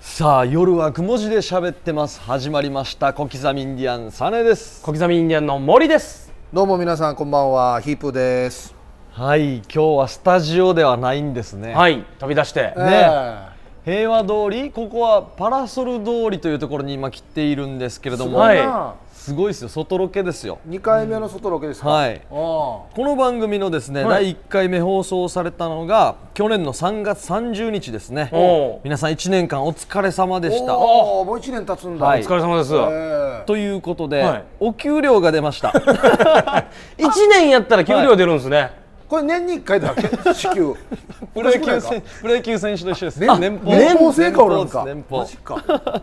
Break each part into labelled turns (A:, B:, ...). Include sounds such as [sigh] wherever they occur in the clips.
A: さあ夜はくも字で喋ってます始まりました小刻みインディアンサネです
B: 小刻みインディアンの森です。
C: どうも皆さんこんばんはヒープーです。
A: はい今日はスタジオではないんですね、
B: はい、飛び出して。
A: ね平和通りここはパラソル通りというところに今来ているんですけれども、
B: は
C: え
B: い
A: すごいですよ外ロケですよ
C: 二回目の外ロケですか。
A: はい
C: あ
A: この番組のですね、
B: はい
A: 第1回目放送されたのが去年の3月30日ですね
B: おう
A: 皆さん1年間お疲れ様で
C: ー
A: した
C: おーもう一年経つんだ。
A: は
B: お
A: い
B: 疲れ様です。
C: えー
A: ということで、
B: はい
A: お給料が出ました
B: [laughs] 一年やったら給料出るんですね。
C: これ年に一回だっ
A: [laughs]
C: け支給。
A: プロ野球選プロ野球選手と一緒です
C: 年年俸成果おるんか。
A: 年俸
C: マジか。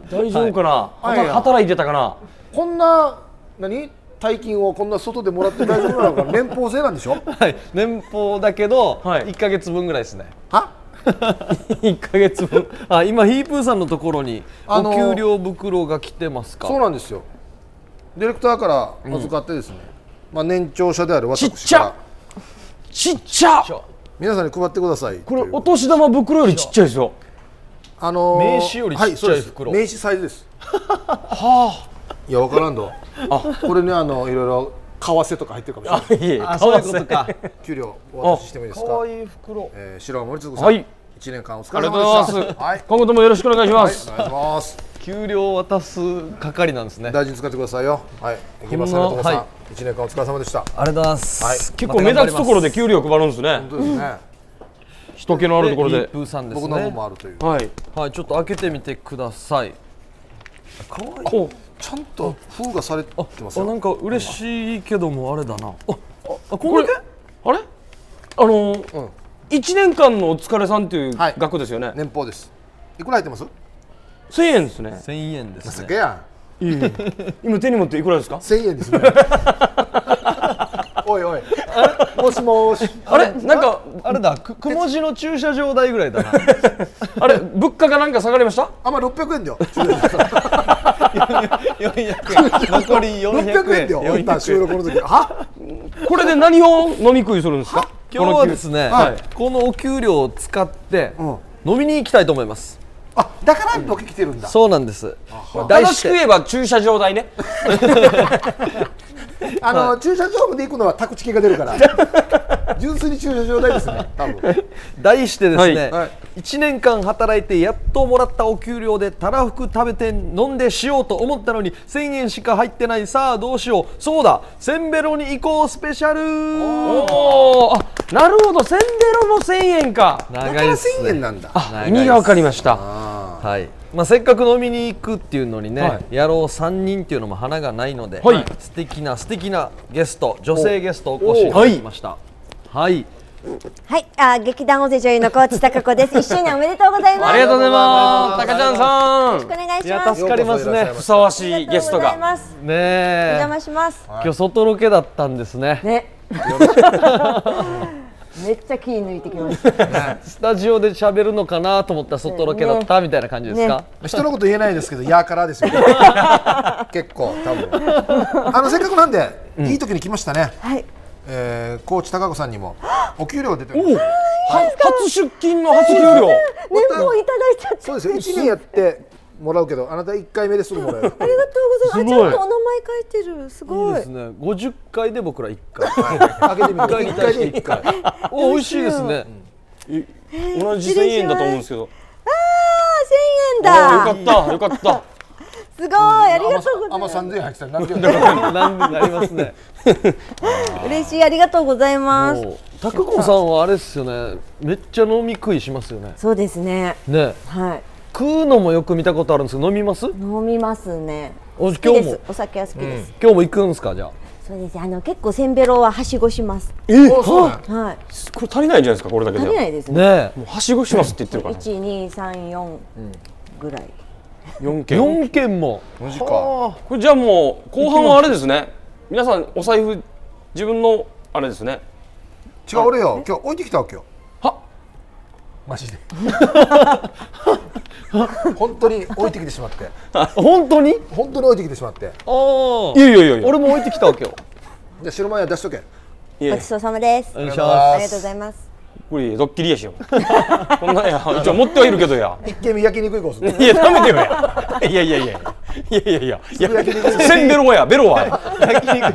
B: 大丈夫かな。
C: い
B: 働働いてたかな。
C: こんな何大金をこんな外でもらって大丈夫なのか
A: [laughs]
C: な年俸制なんでしょ。
A: はい、年俸だけど、
B: はい
A: 1か月分ぐらいですね。
C: は？
B: 一ヶ月分。
A: [laughs] あ、今ヒープーさんのところに
C: あのー
A: お給料袋が来てますか。
C: そうなんですよ。ディレクターから預かってですね。まあ年長者である
B: ち
C: 私
B: っ
C: から
B: ちゃ。ちっちゃ。
C: 皆さんに配ってくださいという。
B: これお年玉袋よりちっちゃいですよ。
C: あのー
A: 名刺よりちっちゃい
C: はそうです
A: 袋
C: 名刺サイズです。はあ。いやわからんど。あ、これねあのいろいろ為替とか入ってるかもしれな
B: あ、
C: い。
B: いえいえ。
A: あ、そういうことか。
C: 給料お渡ししてもいいですか。
A: 可愛い袋。
C: えー、白森つ子さん。
B: はい。
C: 一年間お疲
B: あり
C: れ
B: がとうご
C: 様で
B: ざい
C: し
B: ます。
C: た。はい。
B: 今後ともよろしくお願いしま
C: はい、
B: す。
C: お願いします。
A: 給料を渡す係なんですね。
C: 大事に使ってくださいよ。はい。行きます
B: こん
C: ね、
B: な
C: ともさん。一、
A: はい
C: 年間お疲れ様でした。
A: ありがとうございます。
C: はい
B: 結構目立つところで
A: 料
B: 給料配るんですね
C: 本。当ですね。
B: 人気のあるところ
A: ヒー
B: で。
A: プーさんです
C: 僕の方
A: ね。
C: もあるという。
B: はい。
A: はい、ちょっと開けてみてください。可愛い
B: お、
C: ちゃんと封がされてます
A: あ、な
C: よ。
A: んか嬉しいけどもあれだな。あ、あ、これだけ。
B: あれ？あのー
C: ん
B: 一年間のお疲れさんという
C: はい
B: 額ですよね。
C: 年俸です。いくら入ってます？
B: 千円ですね。
A: 千円です
C: す
A: ね。
C: げえやん。
B: 今手に持っていくらですか？
C: 千円ですね。おいおい。もしもし。
B: あれなんか
A: あれだ、く、くも字の駐車場代ぐら
B: [laughs]
A: いだな。
B: あれ物価がなんか下がりました？
C: あん [laughs] ま六百円だよ。
A: 400円残り
C: 六百円だよ。
A: 400
C: 一旦収録の時。は？
B: これで何を飲み食いするんですか？
A: 今日はですね、
C: はい
A: はいこのお給料を使って
C: うん
A: 飲みに行きたいと思います、
C: あ、だからロケ来てるんだ。
A: そうなんです
B: この給料。
A: 題
B: 正
A: し
B: しく言
A: て
B: えば駐車場代ね。
C: あの、駐車場まで行くのは宅地系が出るから。 [laughs] 純粋に駐車場代ですね。多分。
A: 題してですね、
C: はいはい
A: 1年間働いてやっともらったお給料でたらふく食べて飲んでしようと思ったのに1000円しか入ってないさあどうしようそうだせんべろに行こうスペシャル
B: おお、あなるほど。センデロも千円か。
C: だか
A: 長い
C: ら
A: です
C: 千
A: ね
C: 円なんだ。あ
A: 長い
B: 意味がわかりました。
A: はいまあ、せっかく飲みに行くっていうのにね、
B: はい
A: 野郎3人っていうのも花がないので、
B: はい
A: 素敵な素敵なゲスト女性ゲストお越しいただきましたはい、
D: はい、あ劇団大勢女優の高知貴子です。一周年おめでとうございま
B: あ
D: す。
B: りがとうございます。高ちゃん
D: よろ
B: さん。
D: しくお願い
A: い
D: し
A: や
D: ます。
A: 助かりますね
C: ようこ
B: ふさわ
D: あ
B: し
D: り
B: い
D: がと
B: ゲ
D: う
B: ス
D: ご
B: ト
D: ざい
B: が。
D: ます。お
A: ねえ
D: 邪魔します。
A: 今日外ロケだったんですね
D: ね。めっちゃ気抜いてきました。
A: スタジオで喋るのかなと思ったら外ロケだったみたいな感じですか、
D: ね
C: 人のこと言えないですけど、やからです [laughs] よ。結構、多分。あの、せっかくなんで、いい時に来ましたね。
D: はい。
C: えー、高知貴子さんにも、お給料出てる。
B: 初出勤の初給料。
D: 年俸いただいちゃって。
C: そうですよ。一年やって、もらうけど、あなた一回目ですぐもらえる。
D: ありがとうございます。
B: すごい
D: あちゃんとお名前書いてる。す
A: いい
D: ごい。
A: ですね50回で僕ら1回
C: 開けてみて、
A: 一
C: 一
A: 回
C: 回
A: で
C: で
A: 一
C: 一
A: [laughs] 回
C: 回。
A: お美味しいですね
B: 同じ千円だと思うんですけど。
D: あ
B: あ
D: あ、
B: あー、
D: 千円だ。
B: よかった、よかった。
D: すごい。ありがとうござ
C: あ
D: い
C: ん
D: ま。
C: ます三千円入ってたら、なんで
B: [laughs]
C: よ。
A: なんでなりますね
D: 嬉しい。ありがとうございます。
A: もうタクコさんはあれですよねめっちゃ飲み食いしますよね
D: そうですね。
A: ね
D: はい。
A: 食うのもよく見たことあるんですけど飲みます
D: 飲みますね。
A: お
D: 好きで
A: 今日も
D: す。お酒は好きです。
A: 今日も行くんですかじゃあ
D: そうです。あの結構せんべろははしごします。
C: おそうなん
D: はい。
B: これ足りないんじゃないですか、これだけ
D: 足
B: で。
D: りな
B: も
D: いですね。
A: ね
B: うはしごしますって言ってるからね。
D: 一二三四ぐらい。
B: 四
A: え
B: 件。
A: 4件も
C: マジか。
B: これじゃあもう後半はあれですね皆さんお財布自分のあれですね
C: 違う、俺よ、今日置いてきたわけよ。
B: は
C: マジで。
B: [laughs]
C: 本当に置いてきてしまって、
A: 本当に
C: 本当に置いてきてしまって。
A: ああ
B: いやいやいやいや
A: 俺も置いてきたわけよ
C: じゃあ白マヨ出しとけ。
B: いや
D: ごちそうさまです。
A: お願いし
C: あ
A: [laughs] ま
D: あ
A: す
D: りがとうございます。
B: これドッキリやしよ [laughs] こんなんや一応持ってはいるけどや [laughs]
C: 一軒目焼肉行こうする
B: いや食べてよや [laughs] いやいやいやいやいやいやいやせんベロはやベロは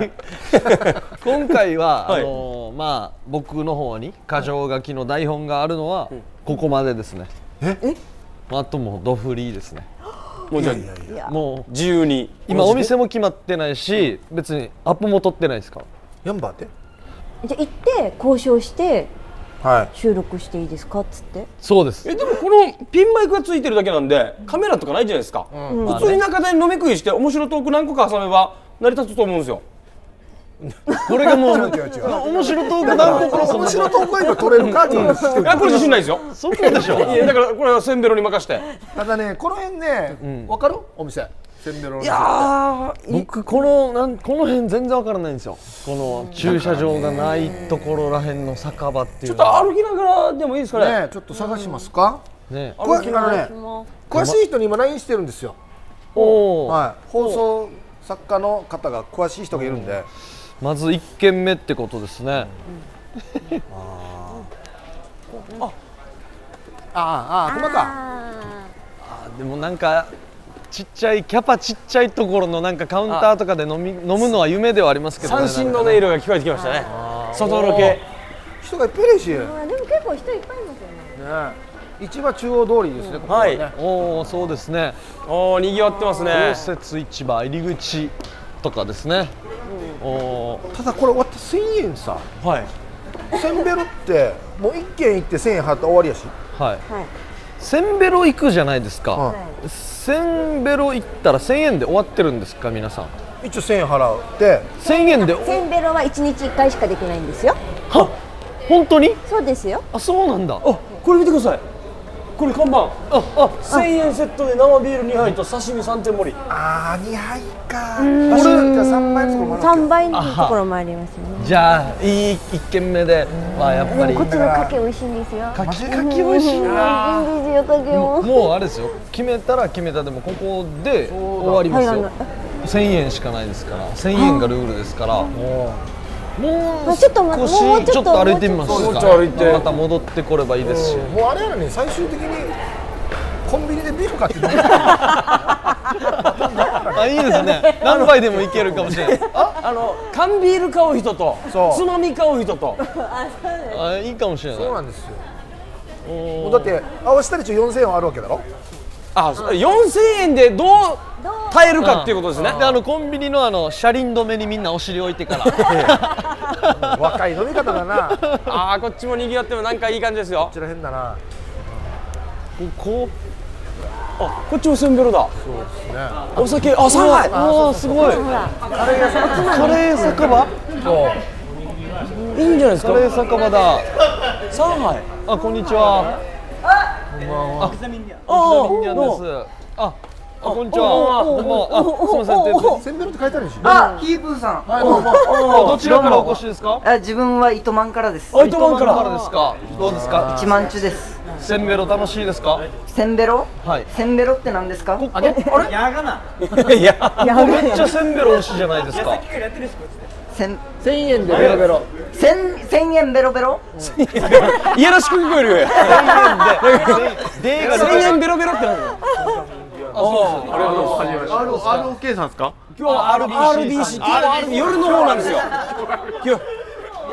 A: [laughs] 今回 [laughs] は、
B: はい
A: あのーまあ僕の方に箇条書きの台本があるのはここまでですね。え？あともうドフリーですね。
B: もうじゃあ
A: もう
B: 自由に
A: 今お店も決まってないし、別にアポも取ってないですか。
C: ヤンバーって
D: じゃあ行って交渉して
C: はい
B: [laughs]
D: 収録していいですかっつって
A: そうです。
B: えでもこのピンマイクがついてるだけなんでカメラとかないじゃないですか、普通に中で飲み食いして面白トーク何個か挟めば成り立つと思うんですよ
A: これが [laughs] もう
C: 違う違う違う
A: 面白トークだろ
C: この面白いトークアイド取れるかっていう話して
B: い
C: る
B: やこれ自信ないですよ
A: そこでしょ。
B: いやだからこれはせんべろに任して
C: [laughs] ただねこの辺ねわかるお店せんべろの店
B: あ
A: 僕このなんこの辺全然わからないんですよ。この駐車場がないところらへんの酒場ってい
B: ちょ
A: う
B: っ
A: のは
B: と歩きながらでもいいですかね
C: ねちょっと探しますか
A: ね。
C: 詳しいあのね詳しい人に今 LINE してるんですよ
A: おお、
C: はい放送作家の方が詳しい人がいるんで
A: まず一軒目ってことですね。
C: ああああ熊か
D: あ
A: でもなんかちっちゃいキャパちっちゃいところのなんかカウンターとかで飲み飲むのは夢ではありますけどね。
B: 三振の音色が聞こえてきましたね外ロケ
C: 人がいっぱいいるしね
D: ーあーでも結構人いっぱいいますよね
C: 市場中央通りですねここは
B: はい
C: ね
A: おおそうですね。
B: おおにぎわってますね
A: 公設市場入り口とかですね。おお
C: ただこれ終わって1000円さ
B: はい
C: せんべろってもう1軒行って1000円払ったら終わりやし
A: はい。
D: はい
A: せんべろ行くじゃないです
C: は
A: か
C: い。
A: せんべろ行ったら1000円で終わってるんですか皆さん。
C: 一応1000円払って
A: 1000円で
D: せんべろは一日一回しかできないんですよ
A: は本当に？
D: そうですよ
A: あそうなんだ。
B: あこれ見てくださいこれ看板
A: ああ
B: 1000円セットで生ビール2杯と刺身3点盛り
C: ああ2杯かこれが3杯のところもある
D: 3倍のところもありますよね
A: じゃあいい一軒目でまあやっぱり
D: こっちのかけ美味しいんですよ
A: かきかき美味しいな。
D: いいんですよかけ
A: も
D: も
A: うもうあれですよ決めたら決めたでもここで終わりま
D: 入
A: す
D: ら
A: よ
D: ない
A: 1000円しかないですから1000円がルールですからもうもう
D: あちょっと待
A: 少
D: って
A: し
D: もうちょっと
A: ちょっと歩いてみますか
B: もうちょっと歩いて
A: また戻ってこればいいですし
C: もうあれやのに最終的にコンビニでビール買って飲む
A: あいいですね何杯でもいけるかもしれない
B: あの缶ビール買う人と
C: そう
B: つまみ買う人と
A: あいいかもしれない
C: そうなんですよもうだって合わせたら一応4000円はあるわけだろ
B: あそう4000円でどう耐えるかっていうことですね
A: であのコンビニのあの車輪止めにみんなお尻置いてから
C: 若い飲み方だなこ
B: あーこっちも賑わってもなんかいい感じですよ
C: ちら辺だな
A: こ
B: あこっちもせんべろだ
C: そうですね
B: お酒あ三杯
A: うわあすご
C: カ
A: い
C: レー屋さん
A: カレー酒場
B: いいんじゃないです
A: カ
B: か
A: レー酒場だ
B: 三杯
A: あこんにちは
B: ああ
A: ミニャンです。あ、あこんにちは。
B: お
A: ど
B: お
A: うも。あ、すみません。で
C: せんべろって書いてあるし
E: あ、ヒープーさん。
A: どどちらからお越しですか？
E: あ、自分は糸満からです。
B: アイトマンか
A: 糸満
B: ら
A: ですか？どうですか？
E: 一万中です。
A: せんべろ楽しいですか？
E: せんべろ。
A: はい
E: せんべろって何ですか。
A: あれ？
B: いや
A: めっちゃせんべろ推しじゃないですか？
E: せん。千円でベロベロ。千、千円ベロベロ。
B: いやらしく聞こえるよ
A: デー
B: 1000円ベロベロってなるよあありがとうございます ROK さんですか今日は RBC 今日は RBC 夜の方なんですよ今日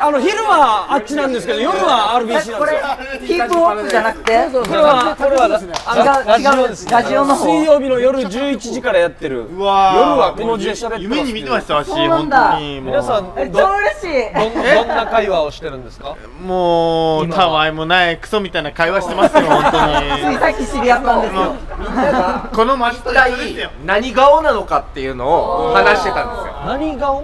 B: あの昼はあっちなんですけど夜は RBC なんですよ
E: これ、ヒープホップじゃなくて。
B: これはこれは
E: あ違う、
A: ラジ
E: 違
A: オ
E: う
A: ですね
E: ラジオの方。
B: 水曜日の夜11時からやってる夜はこの時間喋ってます
F: 夢に見てましたわし
E: そうなん
F: 本
E: だ
F: 当にも
A: 皆
F: う
A: さん
E: え
A: ど
E: 超嬉し
A: ど
E: い。
A: んどんな会話をしてるんですか？
F: もうたわいもないクソみたいな会話してますよ本
E: つい
F: 当
E: さっき知り合ったんですよ。
F: にこのマスターですよ
G: 何顔なのかっていうのを話してたんですよ。
A: 何顔？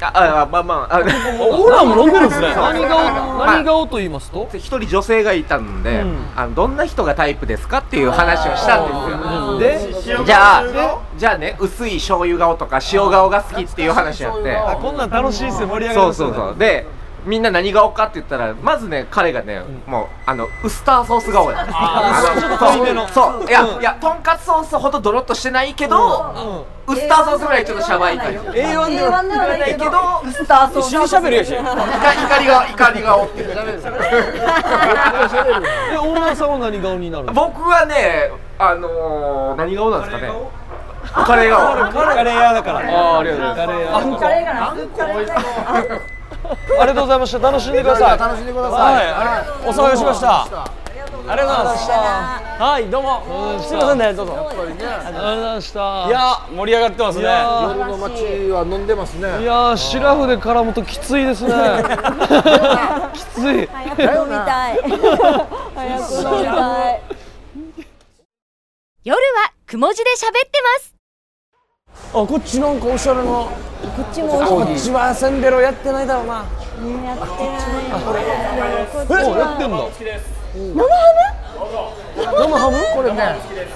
G: ああまあまああ
B: オーラも飲んでるんですね
A: 何顔？何顔と言いますと？
G: [laughs] 一人女性がいたんで、あのどんな人がタイプですかっていう話をしたんで
A: で、
G: すよ。じゃあじゃあね薄い醤油顔とか塩顔が好きっていう話やって。
A: あこんなん楽しいですよ盛り上がり
G: そう
A: ますよ
G: そう
A: ね。
G: そうでみんな何顔かって言ったらまずね彼がね、もうあのウスターソース顔や
B: あーちょっと濃いめの
G: そうそういや、いやとんかつソースほどドロッとしてないけど、ウスターソースぐらいちょっとシャバい感じ
B: A1 では
E: なら
G: ないけど
E: ウスターソース
B: 一緒に喋るやしえ
G: 怒りが怒りがおって
A: えオーナーさんは何顔になるの
G: 僕はねあのー、何顔なんですかねカレー顔
B: カレー屋だから
G: あーありがとうございます
B: カレー屋
E: あカレーかなカレーかな
A: ありがとうございました楽しんでください
C: 楽しんでください。
B: はいお騒がせしましたありがとうございましたはいどうもすいませんねどうぞ
A: ありがとうございました
B: いやー盛り上がってますね
A: いやー
C: 夜の街は飲んでますね。
A: いやーシラフで絡むときついです [laughs] ねきつい
D: 早く飲みたい早く飲みたい
H: 夜はくも字で喋ってます
B: あこっちなんかおしゃれなこっちもこっちはセンベロやってないだろうな
D: やってないこっち
B: え
D: は
A: やってんだ
C: 生ハムこれね。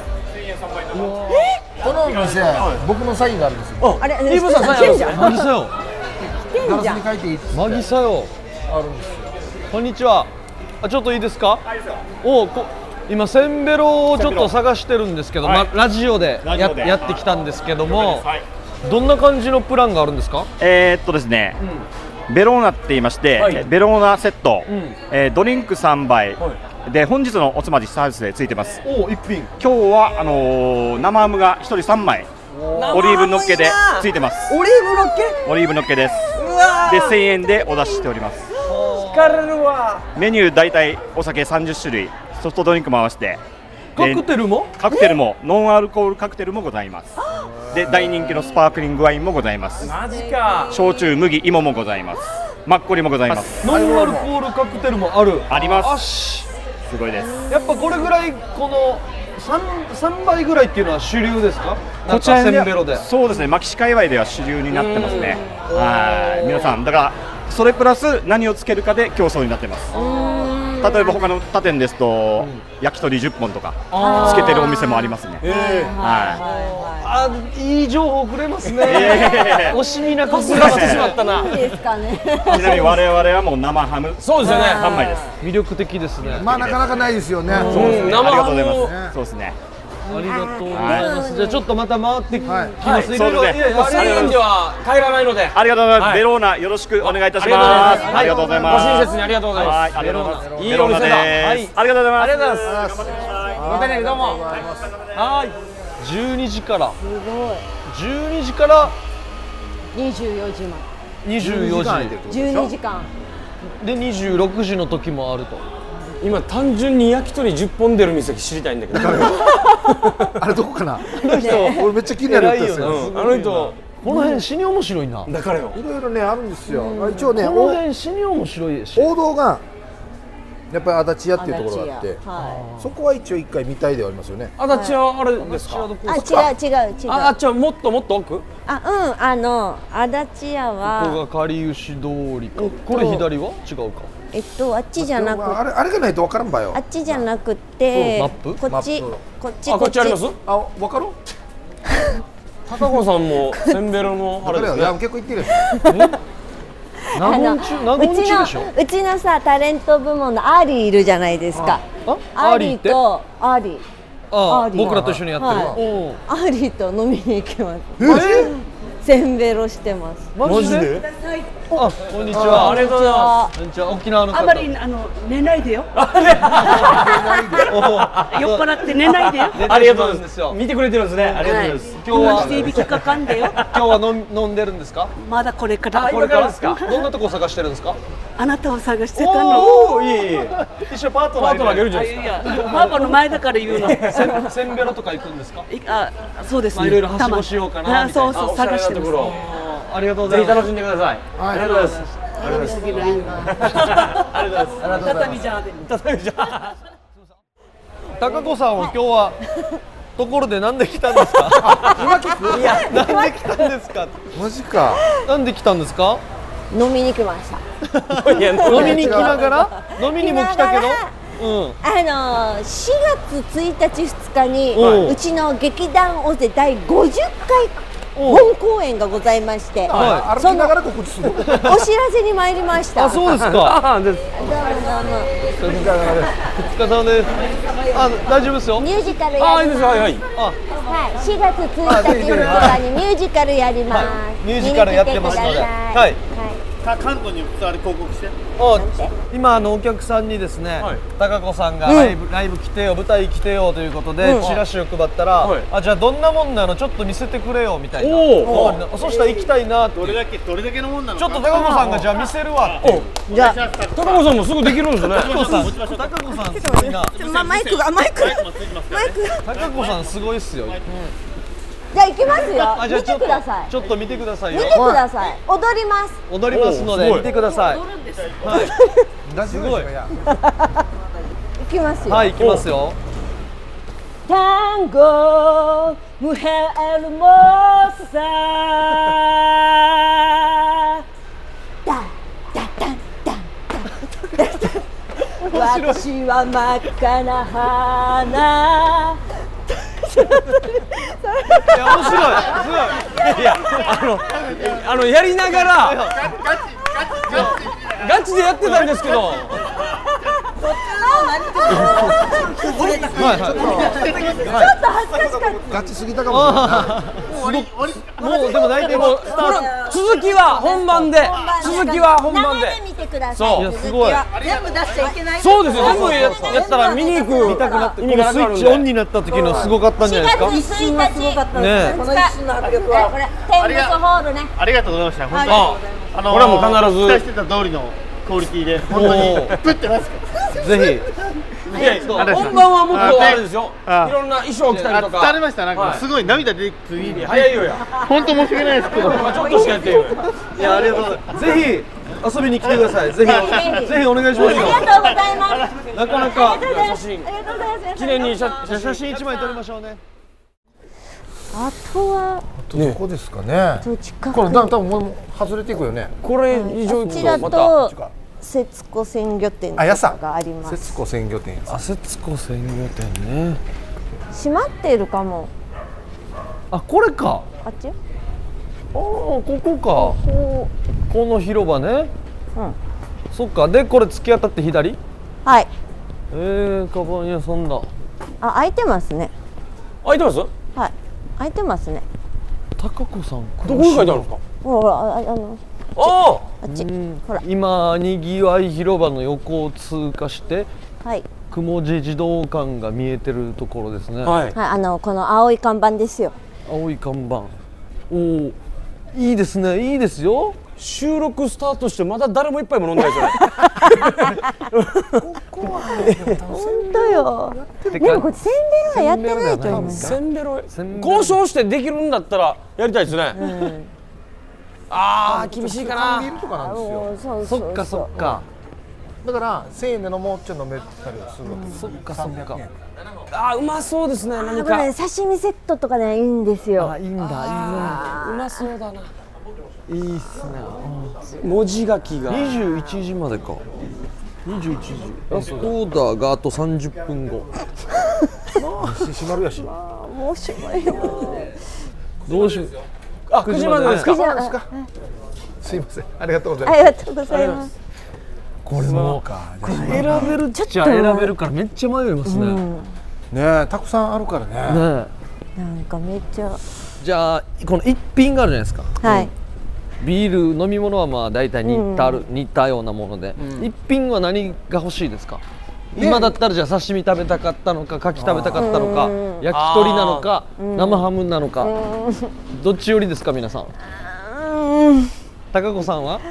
C: このお店、僕のサインがあるんですよ。
B: あイーブさんさよ
A: マギサよ
C: ガラスに書いていいです
A: マギサよ
C: あるんですよ。
A: こんにちはあちょっといいですかおうこ今センベロをちょっと探してるんですけど、まラジオでや
I: ジオで
A: やってきたんですけども、
I: はい
A: どんな感じのプランがあるんですか
I: えーっとですね、ベローナって言いまして、
B: はい
I: ベローナセット、
A: ん
I: えードリンク3杯、
B: は
I: で本日のおつまみサービスでついてます
A: おお一品
I: 今日はあのー生ハムが1人3枚オリーブのっけでついてます
E: オリーブロッケ
I: オリーブのっけです
E: うわ
I: で1000円でお出ししております
E: ー疲れるわ
I: メニュー大体お酒30種類ソフトドリンクも合わせて
A: カクテルも
I: でカクテルもノンアルコールカクテルもございますで大人気のスパークリングワインもございます
B: マジか
I: 焼酎麦芋もございますマッコリもございます
A: ノンアルコールカクテルもある
I: あります
A: あし
I: すごいです
A: やっぱこれぐらいこの 3, 3倍ぐらいっていうのは主流ですかなんかセンベロで
I: そうですね牧師界隈では主流になってますねはい皆さんだからそれプラス何をつけるかで競争になってます例えば他の他店ですと、焼き鳥10本とかつけてるお店もありますねは
A: あいい情報くれますね
I: いえ
A: 惜しみなく
B: す
A: す
B: が
A: ら
B: し
A: してて
B: し
A: し
B: ま
A: ま
B: っ
A: ったた
B: ない
D: いですかね
I: ちなみに我々はもう生ハム
B: そうですよね
I: 3枚です
A: 魅力的ですね
C: まあなかなかないですよね。
I: そうです
B: うん
I: ね
B: 生
I: ありが
B: ハ
I: とうご
B: ム
I: ざい
B: を
I: ますそうですね
A: ありがとうございま
D: は
A: す、
D: い
A: じゃあちょっとまた回ってき
C: はい
A: ます、
I: はい
A: いろいろ
I: そう
A: い
I: ですね
A: やいやありが
B: 1000
A: とうございます
B: 円では帰らないので
I: ありがとうございます、
B: はい
I: ベローナよろしくお願いいたし
B: あ
I: ま
B: りがとうござい
I: す
B: ます
I: ありがとうございます
B: ご親切にありがとうございます
I: はいありがとうございます
B: いい
I: ベロ
B: お
I: ーナ
B: 店
I: で
B: だ
I: すありがとうござい
B: あ
I: ます
B: りがとうございますごめんねどうもはい
A: 12時からすごい12時から
J: 24時ま
A: 24時
J: で12時間
A: で26時の時もあると
B: 今単純に焼き鳥10本出る店知りたいんだけど
C: あれどこかな。俺めっちゃ気になるやつです
A: 偉いよ
C: よ。
A: な
B: うんあの人
A: この辺死に面白いなこ
B: だからよ
C: いろいろねあるんですよ。まあ一応ね
A: の
C: お
A: 辺死に面白いし
C: 王道がやっぱり足立屋っていうところがあって、
J: は
C: そこは一応一回見たいではありますよね。
B: あだちはあれですか
D: あ違う違う違う
B: ああちはもっともっと奥
D: あうんあの足立屋
A: ここ
D: は
A: がかりゆし通りか、
D: えっと
A: これ左は違うか
D: えっとあっちじゃなく
C: まああれあれがないとわからんばよ
D: あ。っちじゃなくて
A: マップ
D: こっち
C: マップ
D: こっち
B: あこっちあります
C: あわかろ
B: 高子さんもセンベロの
C: う。
B: あ
C: わか
B: れ
C: る
B: で
C: よ。
B: す
C: い
B: ね
C: や結構行ってるよ。
A: 納言中納言中でしょ
D: うちのうちのさタレント部門のアーリーいるじゃないですか
A: あ
D: ア
A: ア
D: ー
A: ー
D: リ
A: リ
D: ー
A: ーって
D: とアーリー
A: あ
D: ア
A: あ
D: ーリー
A: 僕らと一緒にやってる、
D: はい
A: おう
D: アーリーと飲みに行きます
A: え
D: せんべろしてます
A: マジであこんにち
B: あ
A: は
B: ありがとうございま
A: こんにちは沖縄の方
K: あんまりあの寝ないでよ。酔
A: [laughs]
K: っ払って寝ないでよ。
A: 出てしま
B: すあ
A: うん
B: りがとうございま
A: です
B: す
A: よ
B: 見てくれてるんですねありがとうございます
A: 今日は
K: していびきかかんでよ。
A: 今日は飲み飲んでるんですか
K: まだこれから。
A: これからです
B: 今
A: かどんなとこ探してるんですか
K: あなたを探してたの。
B: おおーいいいい
A: 一緒にパート
B: パ
A: ナー
B: ートナーが
A: い
B: い
A: る
B: るじゃない
K: い
B: ですか
K: や、パパの前だから言うの。
A: せんせんべろとか行くんですか
K: いあ、そうです
A: まあ
K: ね。
A: いろいろはしごしようかな
K: あ
A: みたい
K: そう
A: な
K: そう探して
B: と
K: ま
B: こ
K: す。
B: ろ
A: ありがとうご
B: ぜ
A: ざい
B: ひ
A: ま
B: 楽
A: す
B: しんでくださいありがとうございますありがとうございますありがとうございま
K: 畳じゃん。
B: す畳じゃ
A: 高子さんは今日はところでなんで来たんですか [laughs] いやなんで来たんですか
C: マジか。
A: なんで来たんですか
D: 飲みに来ました
B: んいや
A: 飲みに来ながら飲みにも来たけ
D: 来なが
A: どうん
D: あの4月1日2日
A: おう
D: にうちの劇団大勢第50回本公演がございまして、
C: は
D: そ
C: い歩き
D: の
C: ながら告知する
D: お知らせに参りました。
A: あそう [laughs] ですか
D: あどうもどうも
A: お疲れ様ですお疲れ様ですあ大丈夫ですよ
D: ミュージカルやります。
A: あいいですよはいはいあ
D: はい、4月1日福岡にミュージカルやります。
A: ミュージカルやってますの
D: 見
A: で
D: に来てください
A: はい
F: か関東に伝わる広告して
A: あ今あのお客さんにですね、高子さんが
F: うん
A: ライブ,、ライブ来てよ舞台来てよということで、
F: うん
A: チラシを配ったら、
F: はい
A: あじゃあどんなもんなのちょっと見せてくれよみたいな
F: おー
A: あそしたら行きたいなって
F: どれだけどれだけのもんなの
A: ちょっと高子さんがじゃあ見せるわって
F: じゃあ
B: 高子さんもすぐできるんですね
A: 高子さん高子さんすごいな
K: まマイクがマイクがマイクが
A: 高子さんすごいっすよ、
D: じゃあ行きます
A: あじゃ
D: よ。
A: あ
D: 見てください。
A: ちょっと見てください
D: 見
A: よ
D: てください。踊ります。
A: 踊りますので
C: おーすごい
A: 見てください
C: ラジオですかいや
D: 行きますよ。
A: はい行きますよ
J: タンゴムヘルモッサ私は真っ赤な花
B: いや面白いすごいいやあのあのやりながらガチでやってたんですけど
E: そっちの何ちょっと
A: はいはい
E: 恥ずかしかっ
C: ガチすぎたかもしれない
A: もうでも大体もうスタート
B: 続きは本番で続きは本番で
D: 生で見てください。
B: そう
D: 続きは
A: すごい
E: 全部出しちゃいけない
B: そうですよ全部ややったら見に行く見たくなって
A: このスイッチオンになった時のすごかったんじゃないですか
D: 4月1日
A: ねえ
E: この一瞬の迫力は
D: これ天国ホールね。
F: ありがとうございました本
B: あ
F: 当あの
B: これはもう
F: 期待し
B: 必ず
F: てた通りのクオリティで本当
A: お
F: に
A: ー
F: プッてますか
A: ぜ
B: いやいや本番はもっとあれですよいろんな衣装着たりとか
F: 疲れましたなん
B: は
F: か
B: い
F: すごい涙出てきて
B: 早いよや
F: 本当申し訳ないですけど
B: ちょっとしかやってよ
A: ひいやありがとうございますぜひ遊びに来てくださいぜひぜひお願いしますよ
D: ありがとうございます。
A: なかなか
B: 写真
D: ありがとうございます。
B: 記念に写写
A: 写
B: 真
A: 真一枚撮りましょうね
D: あとは
C: どこですかね
D: どっちか。
C: これ多
D: こ
C: 分もう外れていくよね
B: これ以上行
D: ちら
B: くとまた
D: と節子鮮魚店
C: あ
D: と
C: やさ
D: かがありま
C: 節
D: す。
C: 子鮮魚店
A: あせつこ鮮魚店ね
D: 閉まってるかも。
A: あこれか
D: あっちよ。
A: ああここか
D: こ
A: この広場ね
D: う。うん。
A: そっかでこれ突き当たって左
D: はい。
A: えー、カバン屋さんだ
D: あ開いてますね。
B: 開いてます
D: はい。開いてますね。
A: 高子さん
B: どこに書いてあるんですか
D: ほらああの
B: あ
D: あっち。ほら
A: 今にぎわい広場の横を通過して
D: はい。
A: 雲寺児童館が見えてるところですね、
B: あはい
D: はい、あのこの青い看板ですよ。
A: 青い看板おおいいですねいいですよ
B: 収録スタートしてまだ誰も一杯も飲んでないじゃない
D: 本当よ。
A: で
D: でもこれ宣伝はやってないと思いま
B: [laughs]
D: す。
B: せんべろ
A: せんべろ
B: 交渉してできるんだったらやりたいですね、ああ厳しいか
C: ビール
B: な
C: とかなんですよ
D: そう
A: そっかそっか
C: だから1000円で飲もうっちゃ飲めたりはするわけです
A: そっかそっか
B: あーうまそうですね何
D: これ
B: か
D: ね刺身セットとかねいいんですよ
A: あ。いいんだ
B: うまそうだない
A: いねいいっすね
B: 文字書きが
A: 21時までか21時ラストオーダーがあと30分後
C: 閉まるやし
D: 面白いよ。
A: どうしよう
B: あ9時までですか
D: じゃあ
C: すいませんありがとうござい
D: あ
C: ます
D: りがとうございます。
A: これも選べるっちゃ選べるからめっちゃ迷いますね、ね
C: ねえたくさんあるからね
A: え
D: なんかめっちゃ
A: じゃあこの一品があるじゃないですか
D: はい。
A: ビール飲み物はまあ大体似たる、似たようなもので、一品は何が欲しいですか、今だったらじゃあ刺身食べたかったのか牡蠣食べたかったのか焼き鳥なのか生ハムなのかどっちよりですか皆さん
D: うん。
A: 高子さんは [laughs]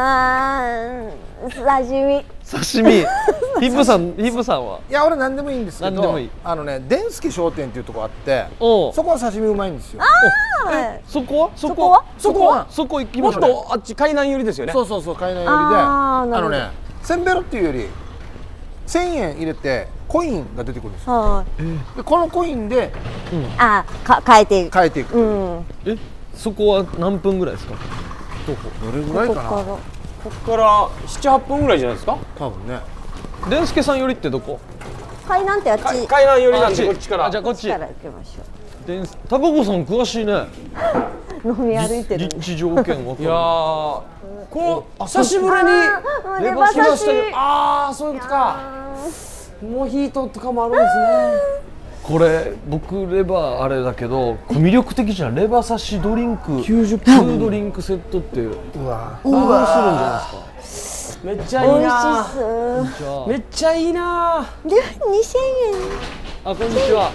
D: あー刺身。
A: 刺身ヒップさんヒップさんはい
C: や俺何でもいいんですけ
A: 何でも
C: ど
A: いい
C: あのね伝助商店っていうとこあって
A: おう
C: そこは刺身うまいんですよ
D: はい。
A: そこはそ
D: こは
A: そこはそこ行き
B: も
A: ま
B: っ
A: しょう
B: とあっち海南寄りですよね
C: そうそうそう海南寄りで
D: あ
C: あ
D: ーなるほ
C: の
D: ど
C: ねせんべろっていうより1000円入れてコインが出てくるんですよ
D: はい。
C: でこのコインで
D: あか変えていく。
C: 変えていく
D: うん。
A: えそこは何分ぐらいですか
C: どれぐらい
D: ここ
C: か
D: か
C: な
D: ら。
B: ここから78分ぐらいじゃないですか
C: 多分ね
A: 伝助さんよりってどこ
D: 海南ってあっち
B: 海南寄りなん
A: あ
B: でこっちから
A: あじゃあこっち
D: から行きましょ
A: でタバコさん詳しいね
D: う飲み歩いてる
A: 立地条件分かるいや
B: この久しぶりに
D: うん
B: レバ刺ししたけどああそういうことかモヒートとかもあるんですね
A: これ僕レバーあれだけどこれ魅力的じゃんレバー刺しドリンク90分ドリンクセットってうわうわする
B: め
A: んじゃないですか
B: っちゃいいな
D: 美味し
A: そう
B: めっちゃいいな
D: で2000円
A: あこんにちは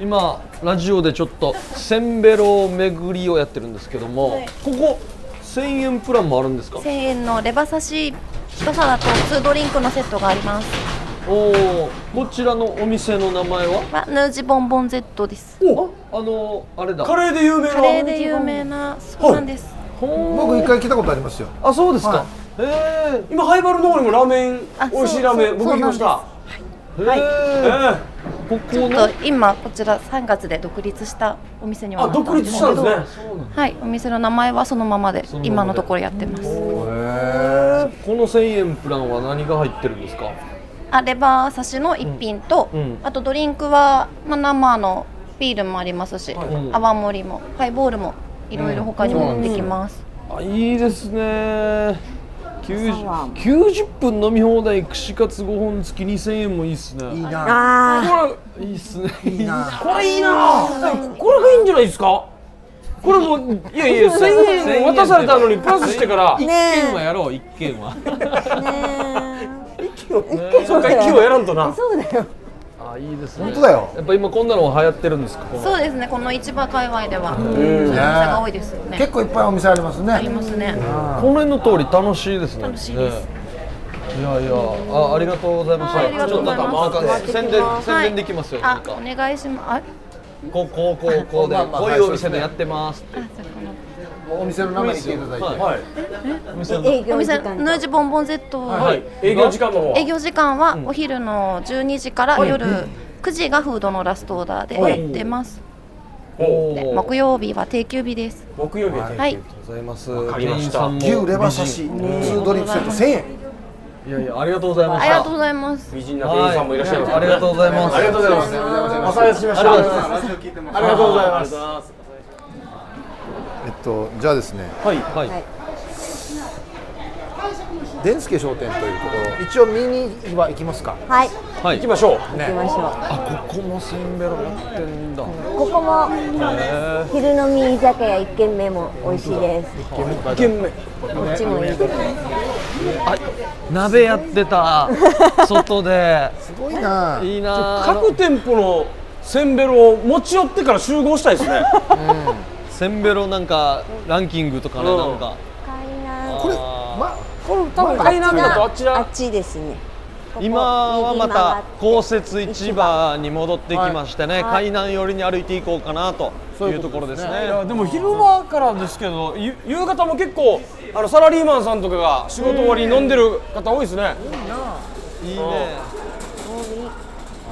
A: 今ラジオでちょっとせんべろ巡りをやってるんですけども、
L: はい
A: ここ1000円プランもあるんですか
L: 1000円のレバ刺し1皿と2ドリンクのセットがあります
A: おおこちらのお店の名前は
L: はヌージボンボン Z です
A: あのあれだ
B: カレーで有名な
L: カレーで有名なそうなんです
C: 僕一回来たことありますよ
A: あそうですか、え
B: え今ハイバルの方にもラーメン
L: あ
B: 美味しいラーメ
L: そう
B: ン僕行きました
L: はい、
A: こ
L: ちょっと今こちら3月で独立したお店にはなったんですけど
B: あ独立した
L: はいお店の名前はそのままで
A: のままで
L: 今のところやってます
A: この1000円プランは何が入ってるんですか
L: あレバー刺しの一品と、
A: うんうん
L: あとドリンクは、まあ、生のビールもありますし、
A: はい
L: 泡盛もハイボールもいろいろ他にもできます、
A: あいいですね 90, 90分飲み放題串カツ5本付き2000円もいいっすねいい
D: な
A: あいいっすねいいな
B: これいいなこれがいいんじゃないですかこれもういやいや1000円
L: [laughs]
B: 渡されたのにプラスしてから
A: 一
B: ね
A: 件はやろう一件は
B: えそうか一気をやらんとな
D: そうだよ
A: あいいですね
B: 本当だ
A: よやっぱ今こんなのが流行ってるんですかこの
L: そうですねこの市場界隈ではそういうお
A: ん
L: 店が多いですよね
C: 結構いっぱいお店ありますね
L: ありますね
A: この辺の通り楽しいですね。
L: 楽しいです
A: ね。いやいや、あ、ありがとうございました。
L: はいありがとうございます
A: ちょっとなんか宣伝、宣
L: はい
A: 伝できますよ。
L: あお願いします
A: こう、こう、こう、こうで、
L: まあまあ
A: こういうお店でやってます。
C: お店の名前言っていただいて
A: はい。お店の。
L: お店ヌージボンボン Z は、
B: はい営業時間の方は
L: 営業時間はお昼の12時から
B: はい
L: 夜9時がフードのラストオーダーで
A: はい
L: やってます、
A: おー
L: 木曜日は定休日です
B: 木曜日は定休日
L: はい
A: ありがとうございます。
B: かりました
A: 店員さんも
B: 牛レバ刺し
A: 美人
B: ねえ普通ドリンクセット1000円。
A: いやいや、ありがとうございま
L: あ
A: し
L: り
A: た
L: がとう。ございます
B: 美人な店員さんもいらっしゃいますね
A: ありがとうございます。
B: ありがとうございますお騒がせしました
A: ありがとうございます
B: ありがとうございます
C: えっとじゃあですね
B: はい
A: はい
C: 伝助商店というところ一応見には行きますか
D: はい
A: はい
B: 行きましょう
C: ね
D: 行きましょう
A: あここもせんべろやってんだ
D: ここも昼飲み居酒屋一軒目も美味しいです
B: 一軒目
D: こっちもいいです
A: 鍋やっ
B: [laughs]
A: てた外で。す
C: ごいな。
A: いいな。
B: 各店舗のせんべろを持ち寄ってから集合したいですね
A: せんべろなんかランキングとかね、
B: うん
A: なんか
C: これ
A: ま
D: これ
A: 多分海南だとあちら
D: あっちですねここ
A: 今はまた
D: 右
A: 公設市場に戻ってきましてね、
B: はい
A: 海南寄りに歩いていこうかなというところですね
B: いやでも昼間からですけどゆ夕方も結構あのサラリーマンさんとかが仕事終わりに飲んでる方多いですね
A: いいね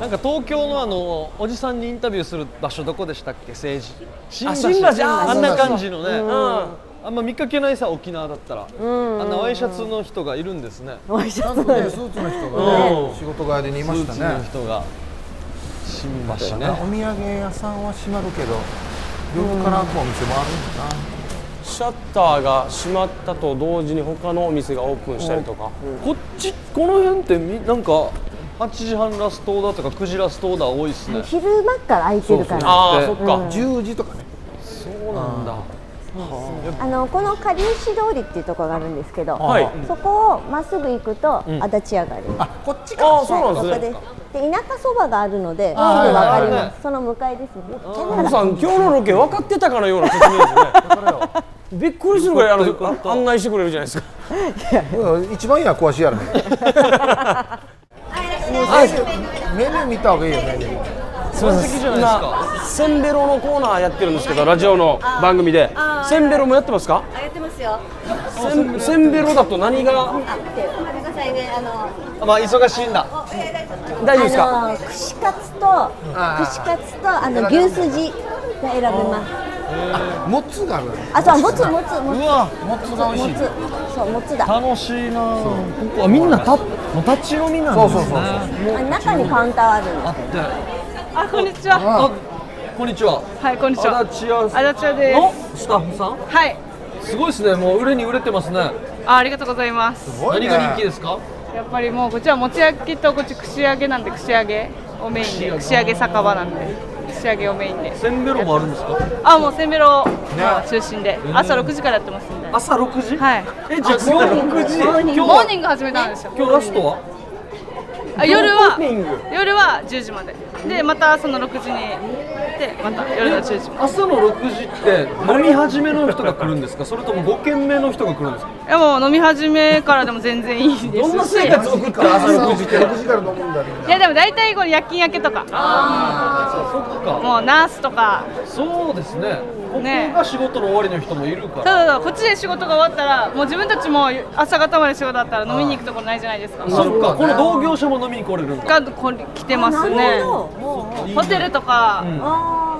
A: なんか東京のあのおじさんにインタビューする場所どこでしたっけ政治新
B: あ
A: 橋
B: 新橋あー
A: あんな感じのね、
B: そうそう
A: あんま見かけないさ沖縄だったら、
B: ん
A: あんなワイシャツの人がいるんですね
D: ワイシャツの
C: スーツの人がね
A: うん
C: 仕事帰りにいましたね
A: スーツの人が新橋ね
C: お土産屋さんは閉まるけど夜からもお店もあるんだな
B: シャッターが閉まったと同時に他のお店がオープンしたりとか
A: こっちこの辺ってみなんか8時半ラストオーダーとか9時ラストオーダー多いですね
D: [laughs] 昼間から空いてるから
A: そうそう
D: うん
C: 10時とかね
A: そうなんだ
D: あのこの下流市通りっていうところがあるんですけど、
A: はい
D: そこをまっすぐ行くと、
A: うん
D: 足立屋があります。
C: こっ
D: ち
B: かあそうなんですね
D: で田舎そばがあるので、すぐ
B: あー
D: わかり
B: はいはい
D: ま
B: は
D: す。その向かいですね。
B: タモさん今日のロケ分かってたかのような説明です [laughs] ねびっくりするぐらいあ
C: よか
B: のあ案内してくれるじゃないですか
C: うん一番いいのは詳しいやろねはいメニュー見た方がいいよメニュー
B: そうです今せんべろのコーナーやってるんですけどラジオの番組で
K: あー
B: せんべろもやってますか
K: あ、やってますよ。
B: せんせんべろだと何が
K: あ、ごめんなさいね、あの。
A: まあ忙しいんだ
B: 大丈夫ですか
D: あの串カツと串カツとあの牛すじが選べます。
C: もつがある
D: あ、そう、もつ、もつ、もつ。
A: うわ
C: もつが美味しい
D: もつそう、もつだ。
A: 楽しいなぁここはみんなたもう立ち飲みなん
C: そ
A: ですね
C: うそうそう
A: もう
D: あ中にカウンターあるんだ。
A: じゃ
M: あ、こんにちは。
A: ああこんにちは
M: はい、こんにちは。
A: 足立屋
M: 足立屋で
A: のスタッフさん
M: す。はい。
A: すごいですねもう売れに売れてますね
M: あ、ありがとうございます。
A: 何が人気ですか
M: やっぱりもうこっちはもち焼きとこっち串揚げなんで串揚げをメインで串揚げ酒場なんで串揚げをメインで
A: せんべろもあるんですか
M: あもうせんべろが中心で、朝6時からやってますんで
A: 朝6時
M: はい
A: えじゃあ今日6時
M: モーニング
A: 今日
M: モー
A: は
M: ニング始めたんですよ
A: 今日ラストは
M: あ夜は
A: モーニング
M: 夜は10時まででまた朝の6時にでまた夜の10時まで
A: 朝の6時って飲み始めの人が来るんですかそれとも5軒目の人が来るんですか
M: いやもう飲み始めからでも全然いいですし
A: どんな生活送って朝6時って6時から飲むんだ
M: いやでも大体この夜勤明けとかもうナースとか
A: そうですねここ
M: ね
A: が仕事の終わりの人もいるか
M: そう
A: ら
M: そうそうこっちで仕事が終わったらもう自分たちも朝方まで仕事だったら飲みに行くところないじゃないですか
A: そっかこの同業者も飲みに来れるんだ
M: がこれ来てます
A: な
M: ね
A: るほ
M: ホテルとか、
A: うん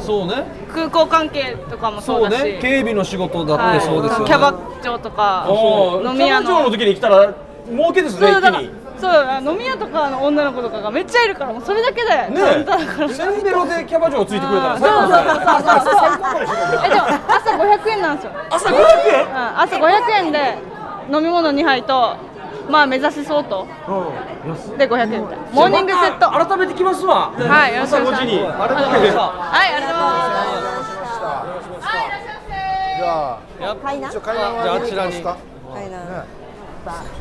A: そうね
M: 空港関係とかもそ
A: そう
M: うだし
A: ね警備の仕事だってそうですよ
M: キ
A: ね
M: ャバ嬢とか
B: おー
M: 飲み屋
B: キャバ嬢
M: の
B: の時に来たら儲けですね
M: そう
B: 一
M: だ
B: 気
M: から
B: に
M: そうあ飲み屋とかの女の子とかがめっちゃいるからもうそれだけで
B: ね
M: カウンターから
B: えせんべろでキャバ嬢ついてくれたら
M: そうそうそうそう
B: 最高だね
M: えでも朝500円なんですよ
B: 朝500円
M: うん、朝500円で飲み物2杯とまあ目指し相当で500円みたいなモーニングセット
B: 改めて来ますわ
M: はいよろしく
B: 朝
M: お
B: 5
M: 願いします
B: 時に
M: はいありがとうございます
C: じゃあ
D: 階段
C: 一応階段は歩いてみますか
D: 階段。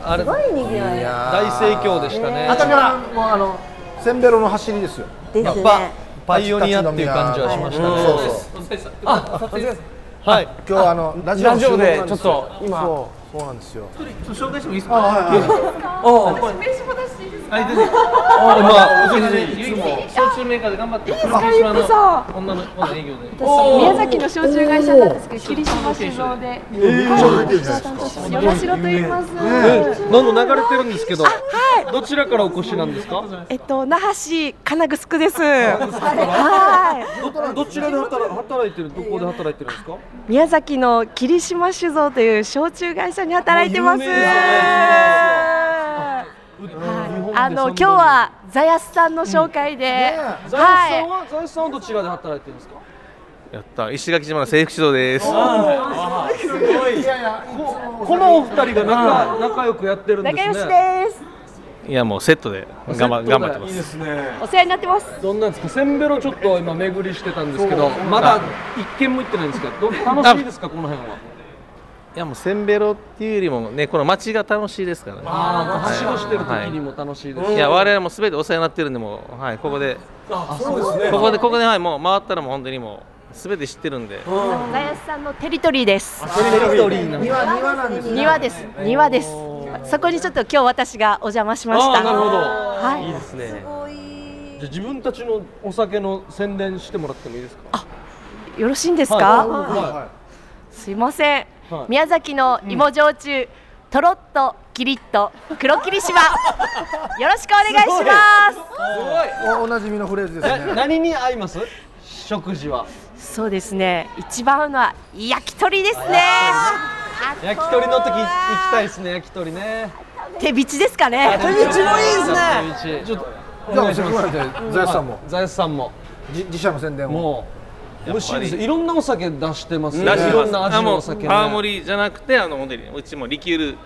A: あれ
D: すごい賑わい
A: 大盛況でしたね
C: あたからもうあのせんべろの走りですよ
A: やっぱパイオニアっていう感じはしましたね
C: うんそうそう
A: あは
C: 今
A: い
C: 日はあのラジオの
B: ラジオで
C: 収録なんす
B: ちょっと
C: よ
B: 今
C: そうそうなんですよ
G: 紹介してもいいです
C: あはいはい
B: お
G: これ
M: 名刺も出していいです
G: あいいです
A: まあ
G: 全
A: 然
G: いつも焼酎メーカーで頑張って
M: いいですかゆっこさん
G: 女の女の営業で
M: 私宮崎の焼酎会社なんですけど霧島酒造で、
A: えー
M: はい
A: めっちゃ出てるじゃない
M: 山城と言います、
A: えなんか流れてるんですけどどちらからお越しなんですか
N: えっと那覇市金具宿です。
A: は
N: はい
A: どどちらで働働いてるどこで働いてるんですか
N: い。宮崎の霧島酒造という焼酎会社に働いてます。
A: 有名
N: はいあの今日はザヤスさんの紹介で、
A: ザヤスさん
N: は
A: はザヤスさんはどちらで働いてるんですか
G: やった石垣島の制服指導です
A: あーすごいここのお二人が仲仲良くやってるんですね
N: です。
G: いやもうセットで頑張頑張ってま
A: いい
G: す
A: ですね
N: お世話になってます。
A: どんなんですかせんべろちょっと今巡りしてたんですけど
G: そう
A: まだ一軒も行ってないんですけどど楽しいですかこの辺はい
G: やもうせんべろっていうよりもねこの街が楽しいですからね
A: あー
G: はい
A: はしごしてる時にも楽しいですし
G: はい、いや我々もすべてお世話になってるんでもうはいここで
A: あそうですね
G: ここでここではいもう回ったらもう本当にもうすべて知ってるんで、
N: ザヤスさんのテリトリーです。
G: テリトリーなんだ
C: 庭庭なんですね
N: 庭です。庭です。そこにちょっと今日私がお邪魔しました。
A: あーなるほど、
N: はい。
A: いですねじゃあ自分たちのお酒の宣伝してもらってもいいですか
N: よろしいんですか、
A: はいはいは
N: すいません、
A: はい
N: 宮崎の芋焼酎、とろっとキリッと黒霧
C: [laughs]
N: 島よろしくお願いします
C: すごいおおなじみのフレーズですね
A: 何に合います食事は
N: そうですね一番合うのは焼き鳥ですね
A: 焼き鳥の時行きたいですね焼き鳥ね
N: 手びちですかね
A: 手びちちょっと
C: じゃあ
A: お願いします
C: せっかくなんでザヤスさんも
A: はいザヤスさんも
C: 自社の宣伝を
A: もう美味しいですいろんなお酒出してます
G: 出
A: ね
G: してます
A: いろんな
G: あ
A: 味の
G: も
A: お
G: う
A: 酒ね
G: 泡盛りじゃなくてあの本当にうちもリキュール、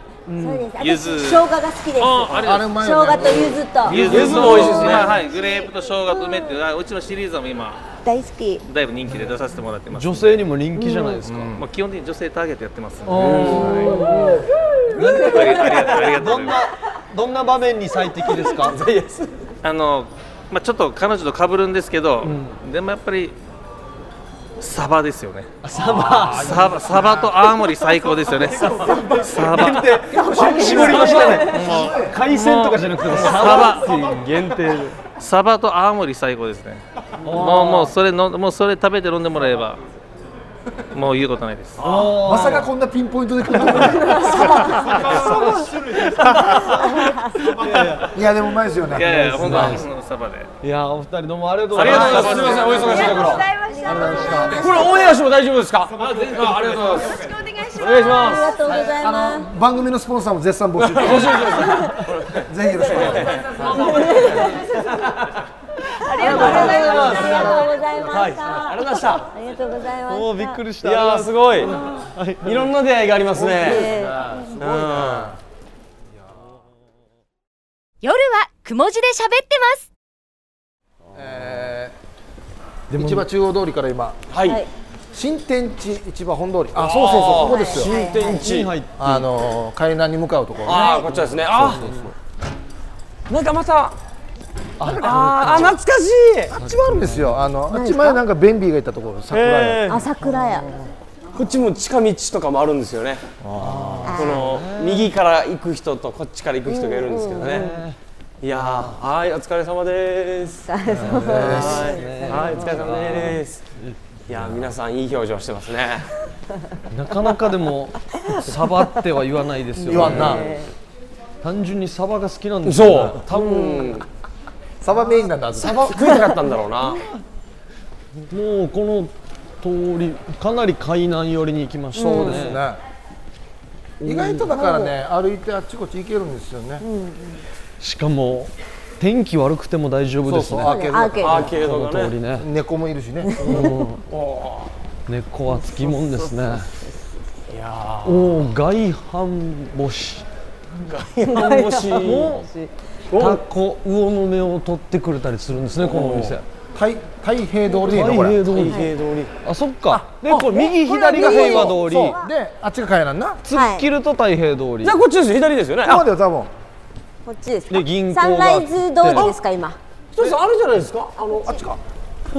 D: そうです。
G: 柚
D: 私生
G: 子
D: 姜が好きです。
G: ああれあれうまいよね
D: 生姜と柚子と。
G: ゆず
B: も美味しいですね
G: はい、はい、グレープと生姜と梅っていうあうちのシリーズも今
D: 大好き。
G: だいぶ人気で出させてもらってます
A: 女性にも人気じゃないですか
G: まあ基本的に女性ターゲットやってますんで
A: 何
G: ど
A: どんなどんな場面に最適で
G: [laughs]
A: すか
G: あの、まあ、ちょっと彼女と被るんですけど、でもやっぱりサバですよね
A: サバ
G: サバサバと青森最高ですよねサバ
A: 絞りましたね海鮮とかじゃなくても
G: サバ限定サバと青森最高ですねもうもうそれのもうそれ食べて飲んでもらえばもう言うことないです
C: まさかこんなピンポイントで来るとはいやでもうまいですよね
G: いやいや
A: そうですね
G: 本当にそのサバで
A: いやーお二人どうもありがとうございました
G: ありがとうございますすいませんお忙しいところありがとうございま
B: これオンエアしても大丈夫ですかあ全然ありがとうございますお願いします
D: ありがとうございます
C: 番組のスポンサーも絶賛募集中
B: 募集
C: ぜひよろしくお願いし
D: ありがとうございますありがとうございました
B: ありがとうございました
D: ありがとうございました
A: もうびっくりした
B: いやーすごい
A: はい
B: いろんな出会いがありますねうん
H: 夜はくも字で喋ってます
C: ます市場中央通りから今
B: はい
C: 新天地市場本通りあそうそ
B: あー
C: うそうここですよ
B: 新天地
C: はいあのー海南に向かうところね
B: あーこっちですねあー
C: そうそうそう
B: なんかまたあーあ懐かしい
C: あっちもあるんですよあのあっち前なんかベンビーがいたところ桜屋
B: へー
D: あ桜屋
B: こっちも近道とかもあるんですよねこの右から行く人とこっちから行く人がいるんですけどねいやーはいお疲れ様です
D: お疲れ様です
B: はいお疲れ様ですいやー皆さんいい表情してますね
A: なかなかでもサバっては言わないですよね
B: 言わんな
A: 単純にサバが好きなんです
B: そう多分
C: サバメインなんだ
B: サバ食いたかったんだろうな
A: もうこの通りかなり海南寄りに行きましたね
C: そうですね意外とだからね歩いてあっちこっち行けるんですよね
A: しかも天気悪くても大丈夫ですね
C: アーケードだから
B: アーケードがね
A: この通りね
C: 猫もいるしね
A: 根っこはつきもんですね
B: いやー
A: おお外反母趾
B: 外反母趾
A: もタコ魚の目を取ってくれたりするんですねこのお店
C: 太太平通りでいいのこ
A: 太
C: れ
A: 平通り
B: 太平通り
A: あそっかで
C: あ
A: これ右左が平和通り
C: そうであっちが海南な
A: 突っ切ると太平通り
B: じゃあこっちです左ですよね
C: ここまでは多分
D: こっちです
A: で銀行が
D: サンライズ通りですか今
B: 一つあるじゃないですかあのあっちか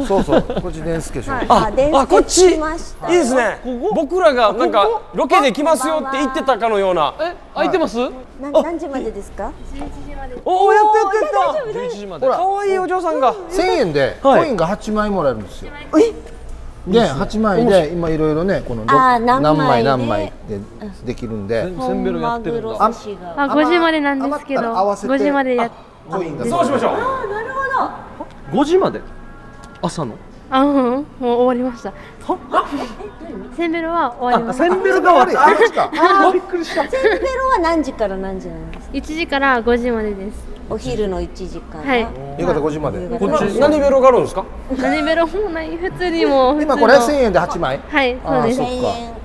C: そうそうこっちデンスケション
D: あ電
B: あこっちいい
D: 来ました
B: ですね僕らがなんかロケで来ますよって言ってたかのようなえ
A: 空いてます
D: な何時までですか
B: おおやったやったやっ
A: 11時まで
B: た可愛いお嬢さんが
C: 1000円で
B: はい
C: コインが8枚もらえるんですよで8枚で今いろいろねこのど
D: あー何枚で
C: 何枚何枚でできるんで
A: センベロやってるんだ
C: あ
O: あ、5時までなんですけど、
C: 余ったら合わせて
O: 5時までやっ、
C: コインが
B: そうしましょう
A: 5時まで朝の
O: あ、うん、もう終わりました。センベロは終わりました。
A: センベロが終わった
D: あ
A: びっくりした
D: センペロは何時から何時なんですか
O: 1時から5時までです。
D: お昼の1時から
O: はい。
C: 夕方5時まで
D: こ
B: こっち何ベロがあるんですか
O: 何ベロもない、普通にもう普通の。
C: 今これ1000円で8枚
O: はい、そう
C: あ
O: で
C: ー
O: す
C: そ。
D: 1000
C: っ
D: 円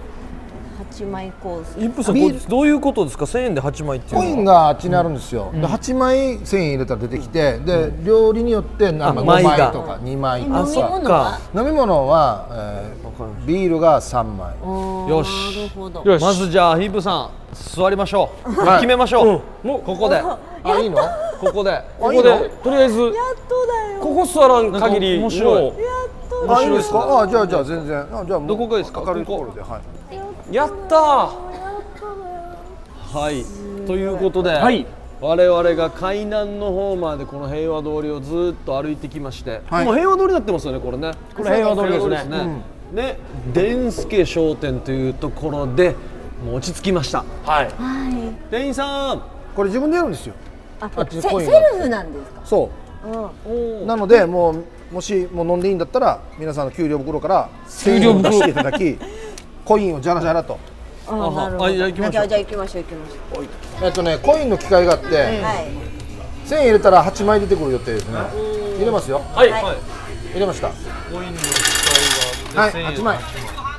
D: 8枚コース
A: インプさんこれどういうことですか1000円で8枚って
C: かコイ
A: いう
C: ン
A: のは
C: があっちにあるんですよで8枚1000円入れたら出てきてで料理によって何枚5
A: あ枚
C: 枚
A: が
C: とか2枚と
D: 飲み
C: か
D: 物は
C: 飲み物はえービールが3枚
A: よ
D: なる
A: し
D: ほど
A: まずじゃあヒープさん座りましょう
C: はい
A: 決めましょう
B: もう
A: ここで
C: あいいの
A: ここで
B: こ
C: いい
B: こ
C: の
B: でとりあえずここ座らん限り
A: なんか面白い
B: も
C: あいいんですかあじゃあじゃあ全然あじゃあもう
A: どこがいいですか
C: 明るいところではいう
B: やったー
A: はいということで、
B: はい
A: 我々が海南の方までこの平和通りをずっと歩いてきまして、
C: はい
A: もう平和通りになってますよねこれね
B: これ平和通りですね
A: ねで伝助商店というところでもう落ち着きました
B: はい
D: はい
A: 店員さん
C: これ自分でやるんですよ
D: あ
C: あっち
D: セ
C: に
D: セ
C: コインがあって
D: ルフなんですか
C: そ
D: うん
C: うなのでもうもしもう飲んでいいんだったら皆さんの給料袋から給
B: 料袋
C: 出していただ [laughs] きコインをじゃらじゃらと
D: あなるほど
A: あじゃあ行きましょう
D: じゃあ行きましょう行きましょ
C: えっとねコインの機械があって
D: うはい
C: 1000円入れたら8枚出てくる予定ですね入れますよ
B: はい
D: はい
C: 入れました
A: コインの
C: はい
A: 1000円
C: 8枚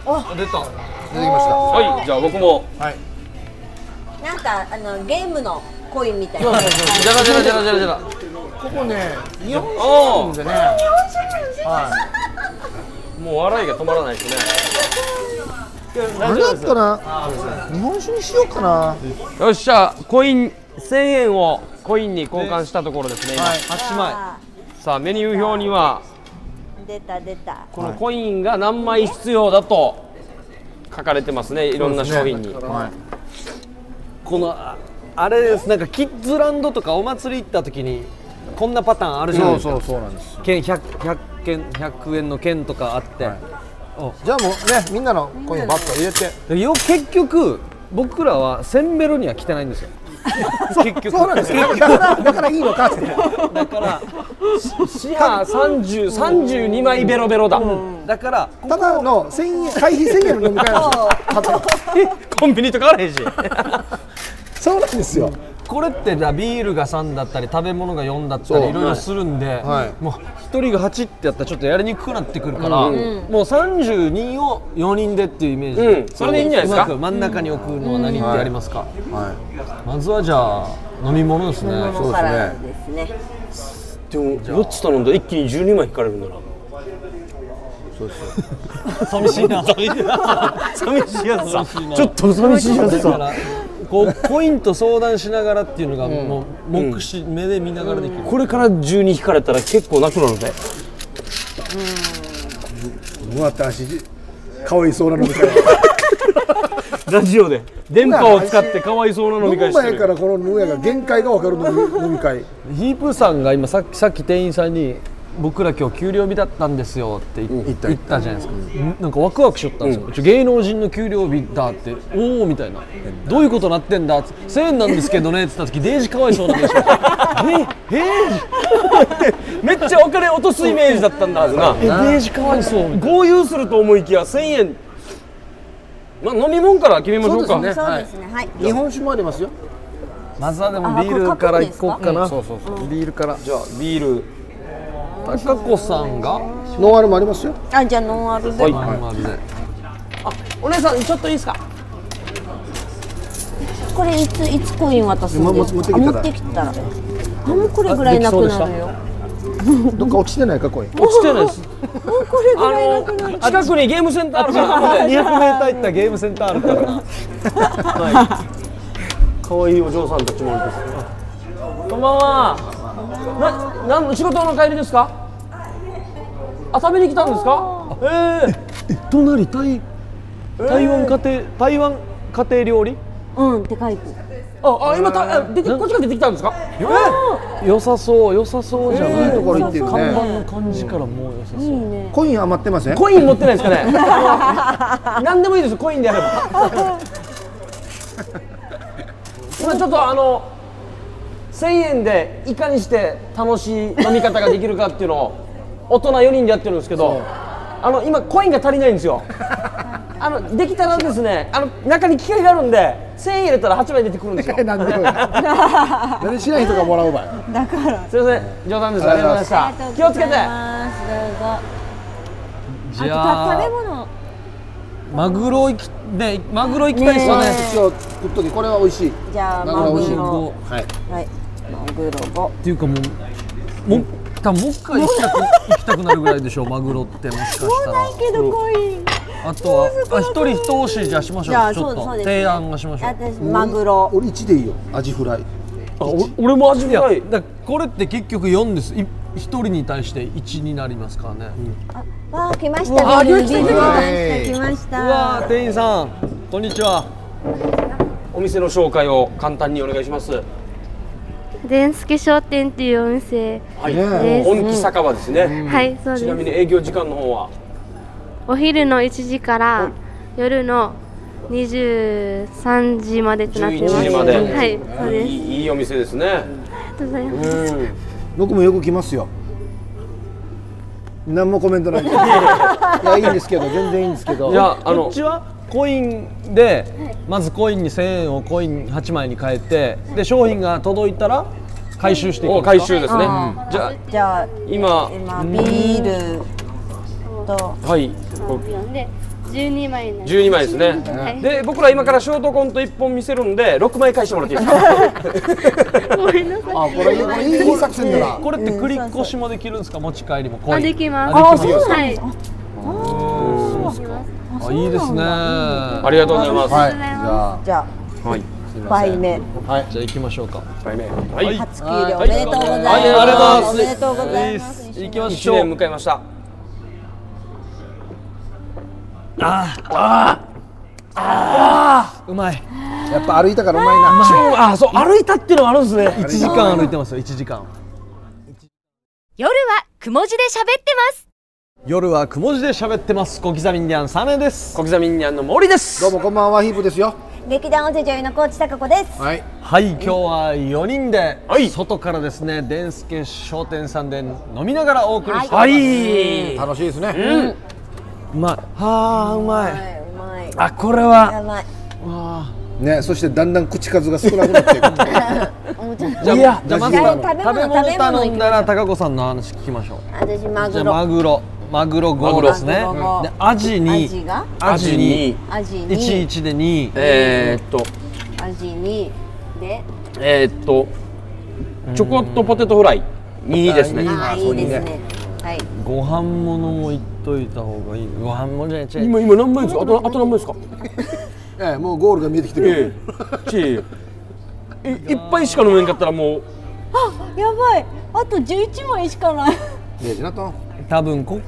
A: あ出た
C: 出てきました
B: はいじゃあ僕も
C: はい
D: なんかあのゲームのコインみたいな
C: そうそうそう
B: じゃらじゃらじゃらじゃらじゃら
C: ここね日本
B: お
C: 酒
B: ー
C: でねは
B: もう笑いが止まらないですね
C: いあれだったら日本酒にしようかな
B: よっしゃコイン1000円をコインに交換したところですね、今
C: はい
A: 8枚
D: あ
B: さあメニュー表には
D: ー出た出た
B: このコインが何枚必要だと書かれてますねいろんな商品に、
C: はい
A: このああれですなんかキッズランドとかお祭り行った時にこんなパターンあるじゃない
C: そ
A: で
C: う
A: すか
C: そうそうなんです
A: 券 100, 100券100円の券とかあって、
C: じゃあもうねみんなのコインバッと入れて
A: でよ結局僕らはセンベロには来てないんですよ結局
C: そうなんですよ [laughs] だからだからいいのかって [laughs]
A: だから
B: シハ3032枚ベロベロだ、うん
A: だから
C: ただの1000円会費1000円の飲み会なんですよ
A: コンビニとかあれへんし
C: そうなんですよ
A: これってだビールが3だったり食べ物が4だった
C: そう
A: りいろいろするんで、もう1人が8ってやったらちょっとやりにくくなってくるから、
B: うん
A: もう32を4人でっていうイメージ、
B: うんそれでいいんじゃないですか
A: うまく真ん中に置くのは何ってやりますか、
C: はい
A: まずはじゃあ飲み物ですね
B: 飲み物からです
D: ね
B: でも4つ頼んだら一気に12枚引かれるんだな
C: そう
B: です
A: 寂しいな
B: 寂しいな [laughs] 寂しいやつだちょっと
A: 寂しい
B: やつだ
A: こうコインと相談しながらっていうのがもう目視、目で見ながらできる、
B: これから12引かれたら結構なくなるね
C: もらったしかわいそうな飲み会
B: ラジオで電波を使ってかわいそうな飲み会して
C: 前か
B: る
C: らこのぬやが限界が分かる飲み飲み会
A: ヒープーさんが今さっきさっき店員さんに僕ら今日給料日だったんですよって言った言ったじゃないですか、なんかワクワクしちゃったんですよ、ちょ芸能人の給料日だっておおみたいなどういうことなってんだって1000円なんですけどねって言った時デージかわいそうなんでしょ [laughs] え
B: えめっちゃお金落とすイメージだったんだはずな
A: えデージかわいそうみたいな
B: 豪遊すると思いきや1000円まあ飲み物から決めましょうか
D: ねはい
B: 日
C: 本酒もありますよ
A: まずはで
D: もビールから行こうかなあこれカップですかうん
A: そうそうそうビールから
B: じゃあビール
A: タカコさんが
C: ノンアルもありますよ
D: あじゃあノンアルで、
B: お姉さんちょっといいですか
D: これいついつコイン渡すんですかあ
C: も
D: 持
C: 持
D: っ
C: ってて
D: き
C: き
D: たらあもうこれぐらいなくなるよ
C: どっか落ちてないかこれ
B: 落ちてないです
D: もうこれぐらいなくなる
B: 近くにゲームセンターあるか
A: あ
B: ら
A: 200メーター行ったゲームセンターあるからな
B: 可愛いお嬢さんたちもいますこんばんはななんの仕事の帰りですかあ食べに来たんですかえ
A: え隣台台湾家庭台湾家庭料理
D: うんって書いて
B: ー、ああ今たあ出てこっちが出てきたんですかえ
A: 良さそう良さそうじゃない、
C: いいところ行ってるね
A: 看板の感じからもう良さそう、
C: コイン余ってません
B: コイン持ってないですかね [laughs] 何でもいいですコインであれば [laughs] 今ちょっとあの1000円でいかにして楽しい飲み方ができるかっていうのを大人4人でやってるんですけどあの今コインが足りないんですよあのできたらですねあの中に機械があるんで1000円入れたら8枚出てくるんですよ
C: なんでよ何でしない人がもらうばい
D: だから
B: すいません冗談ですありがとうございました気をつけて
D: ます
A: じ
D: どうぞ
A: ゃ
D: あと食べ
A: あ
D: 物
A: マグロ行きねマグロ行きたいですよね
D: ねえ
C: 一応食っときこれは美味しい
D: じゃあ
C: マグロ美味しい
D: マグロ
C: はい
D: はいマグロ五
A: っていうかもうも多分もう一回行きたく行きたくなるぐらいでしょうマグロってもしかしたら
D: けどコイン
A: あとはあ一人一押しじゃあしまし
D: じゃ
A: ょ
D: あ
A: うちょ
D: そ
A: っ
D: うそう
A: と
D: ですね
A: 提案をしましょう
D: 私マグロ
C: 俺1でいいよアジフライ
B: 俺もアジフライ
A: だからこれって結局4ですい一人に対して1になりますからね、
D: わあ来まし
A: うわ
D: た
A: あ
D: ビール
A: 来ました
D: ビール来ました
A: うわー店員さんこんにちは
B: お店の紹介を簡単にお願いします
O: 伝助商店っていうお店
B: はい、
O: です、
B: 本気酒場ですね、
O: はいそうです
B: ちなみに営業時間の方は
O: お昼の1時から夜の23時までとなってま
B: 11
O: す
B: 時まで、
O: はいそう
B: い
O: です
B: いいいお店ですね
O: ありがとうございます
B: うん
C: 僕もよく来ますよ何もコメ [laughs] ントないですいやいいんですけど全然いいんですけど
A: いやあのこっちはコインでまずコインに1000円をコイン8枚に変えてで商品が届いたら回収していくん
B: お
A: ですか
B: 回収ですね、
A: うん
B: じゃあ
D: じゃあ
B: 今
D: 今ビールと
B: はい
O: なんで12枚になります
B: 12枚ですね、
O: はい
B: で僕ら今からショートコント1本見せるんで6枚返してもらっていいですか
C: あこれこれいい作戦だな
A: これって繰り越しもできるんですか持ち帰りもコイン
O: あできます
A: あできます
O: はい
A: あいいですねあ
B: りがとうございます
A: はい
B: あり
D: じゃ
A: あはい
D: あ倍目
A: はいじゃあ行きましょうか
B: 倍目
A: はい
D: 初給料おめでとうございます
A: はいありがとうございま
D: お
A: す
D: めでとうございます
A: いいっす行きまし
B: 1
A: ょ
B: 年
A: う
B: 迎えました
A: ああああうまい
C: やっぱ歩いたからうまいな
B: あそう歩いたっていうのがあるんですね
A: 1時間歩いてますよ1時間
H: 夜はくも字で喋ってます
A: 夜はくも字で喋ってます小刻みにゃんサネです
B: 小刻みにゃんの森です
C: どうもこんばんはヒープですよ
D: 劇団おじ女優の高知貴子です
C: はい
A: はい今日は4人で外からですね伝助商店さんで飲みながらお送りしております
C: 楽しいですね、
A: うんうまいああうまい
C: あこれは
D: やばい
C: ねそしてだんだん口数が少なくなっていく
A: じゃあ
C: いや
A: じゃあまずは
D: 食べ
A: 食べ
D: 物
A: 物頼
D: 行
A: ん
D: き
A: だら
D: ましょう
A: 高子さんの話聞きましょう
D: 私マ
A: じゃ
D: グロ
A: あマグロマグロ
D: マ
A: 5
D: グロ
A: ですね
D: マグロ
A: でアジ
D: アジ
A: に
D: が
A: アジに
D: アジに
A: 11で2
B: えーっと
D: アジにで
B: えーっとチョコットポテトフライ2ですね
D: ああいいですねはい
A: ご飯物もいっといた方がいいご飯物じゃない違う
B: 今今何枚ですかあとあと何枚ですか
C: [laughs] ええもうゴールが見えてきてる
B: ちえいっぱいしか飲めんかったらもう
J: あやばいあと11枚しかない
A: 多分こ